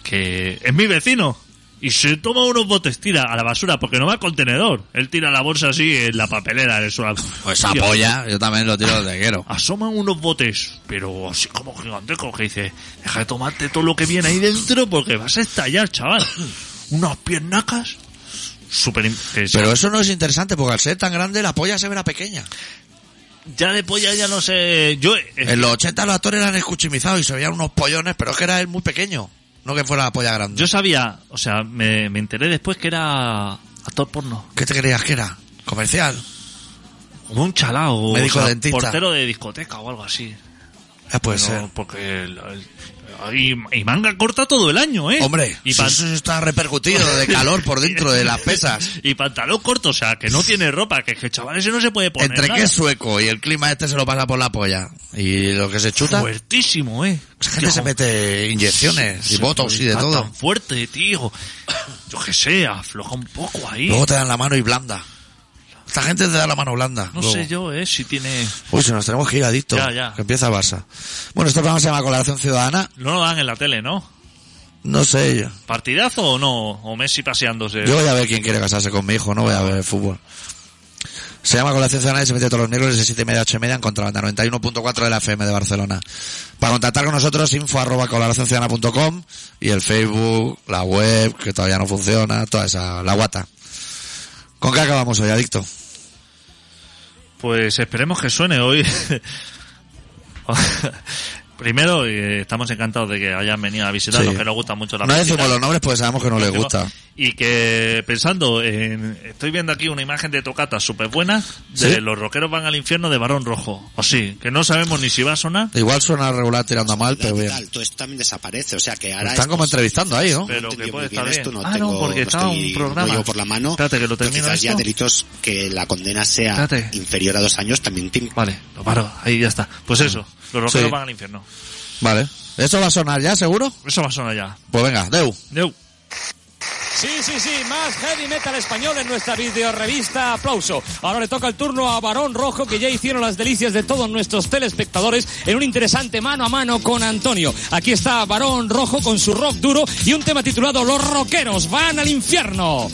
[SPEAKER 2] Que es mi vecino. Y se toma unos botes, tira a la basura, porque no va al contenedor. Él tira la bolsa así en la papelera, en el suelo.
[SPEAKER 1] Pues esa
[SPEAKER 2] Tío,
[SPEAKER 1] polla, yo también lo tiro donde quiero.
[SPEAKER 2] asoman unos botes, pero así como gigantescos, que dice, deja de tomarte todo lo que viene ahí dentro porque vas a estallar, chaval. Unas piernacas súper... eh, im- que se-
[SPEAKER 1] Pero eso no es interesante, porque al ser tan grande, la polla se verá pequeña.
[SPEAKER 2] ya de polla ya no sé... Yo... eh,
[SPEAKER 1] En los 80 los actores eran escuchimizados y se veían unos pollones, pero es que era él muy pequeño. No que fuera la polla grande.
[SPEAKER 2] yo sabía, o sea, me, me enteré después que era actor porno.
[SPEAKER 1] ¿Qué te creías que era? ¿Comercial?
[SPEAKER 2] Como un chalao. o
[SPEAKER 1] Médico
[SPEAKER 2] sea,
[SPEAKER 1] dentista.
[SPEAKER 2] Portero de discoteca o algo así.
[SPEAKER 1] Ah, puede
[SPEAKER 2] Pero
[SPEAKER 1] ser.
[SPEAKER 2] Porque el- el- y, y manga corta todo el año, ¿eh?
[SPEAKER 1] Hombre,
[SPEAKER 2] y,
[SPEAKER 1] si
[SPEAKER 2] pan-
[SPEAKER 1] eso está repercutido de calor por dentro de las pesas.
[SPEAKER 2] y pantalón corto, o sea, que no tiene ropa, que, que chaval ese no se puede poner.
[SPEAKER 1] Entre
[SPEAKER 2] nada.
[SPEAKER 1] que es sueco y el clima este se lo pasa por la polla. Y lo que se chuta,
[SPEAKER 2] Fuertísimo, ¿eh?
[SPEAKER 1] esa gente se mete inyecciones y
[SPEAKER 2] Sí,
[SPEAKER 1] botox y de
[SPEAKER 2] está
[SPEAKER 1] todo.
[SPEAKER 2] tan fuerte, tío. Yo que sé, afloja un poco ahí.
[SPEAKER 1] Luego te dan la mano y blanda. Esta gente te da la mano blanda.
[SPEAKER 2] no
[SPEAKER 1] luego.
[SPEAKER 2] sé yo, ¿eh? Si tiene...
[SPEAKER 1] Uy, si nos tenemos que ir adicto.
[SPEAKER 2] Ya, ya.
[SPEAKER 1] Que empieza Barça. Bueno, este programa se llama Colaboración Ciudadana.
[SPEAKER 2] No lo dan en la tele, ¿no?
[SPEAKER 1] No sé yo.
[SPEAKER 2] ¿Partidazo o no? ¿O Messi paseándose?
[SPEAKER 1] Yo voy a ver quién quiere casarse con mi hijo, no voy a ver fútbol. Se llama Colaboración Ciudadana y se mete todos los miércoles de 7 y media a 8 y media en contrabanda 91.4 de la FM de Barcelona. Para contactar con nosotros, info arroba colaboracionciudadana.com y el Facebook, la web, que todavía no funciona, toda esa, la guata. ¿Con qué acabamos hoy, adicto?
[SPEAKER 2] Pues esperemos que suene hoy. Primero, eh, estamos encantados de que hayan venido a visitarnos,
[SPEAKER 1] Sí.
[SPEAKER 2] que nos gusta mucho la
[SPEAKER 1] No
[SPEAKER 2] música.
[SPEAKER 1] decimos los nombres porque sabemos que no les gusta.
[SPEAKER 2] Y que pensando en. Estoy viendo aquí una imagen de tocata súper buena de
[SPEAKER 1] ¿Sí?
[SPEAKER 2] Los Rockeros van al infierno de Barón Rojo. O sí, que no sabemos ni si va a sonar,
[SPEAKER 1] Igual suena regular tirando a mal,
[SPEAKER 5] La
[SPEAKER 1] pero bien.
[SPEAKER 5] tal, todo esto también desaparece, o sea que ahora...
[SPEAKER 1] Están
[SPEAKER 5] es-
[SPEAKER 1] como entrevistando ahí, ¿no?
[SPEAKER 2] pero que
[SPEAKER 5] entendió
[SPEAKER 2] puede
[SPEAKER 5] muy bien
[SPEAKER 2] estar bien.
[SPEAKER 5] esto, no
[SPEAKER 2] ah, no,
[SPEAKER 5] tengo-
[SPEAKER 2] porque
[SPEAKER 5] no
[SPEAKER 2] estaba
[SPEAKER 5] estoy-
[SPEAKER 2] un programa.
[SPEAKER 5] no llevo por la mano.
[SPEAKER 2] Espérate, que lo
[SPEAKER 5] pero
[SPEAKER 2] termino.
[SPEAKER 5] quizás ya
[SPEAKER 2] esto.
[SPEAKER 5] delitos que la condena sea
[SPEAKER 2] Espérate.
[SPEAKER 5] inferior a dos años también te imp-
[SPEAKER 2] Vale, lo paro, ahí ya está. Pues eso, Los Rockeros
[SPEAKER 1] Sí.
[SPEAKER 2] van al infierno.
[SPEAKER 1] Vale. ¿Eso va a sonar ya, seguro?
[SPEAKER 2] Eso va a sonar ya.
[SPEAKER 1] Pues venga, Deu.
[SPEAKER 2] Deu.
[SPEAKER 8] Sí, sí, sí, más heavy metal español en nuestra videorevista Aplauso. Ahora le toca el turno a Barón Rojo, que ya hicieron las delicias de todos nuestros telespectadores en un interesante mano a mano con Antonio. Aquí está Barón Rojo con su rock duro y un tema titulado Los Roqueros van al infierno.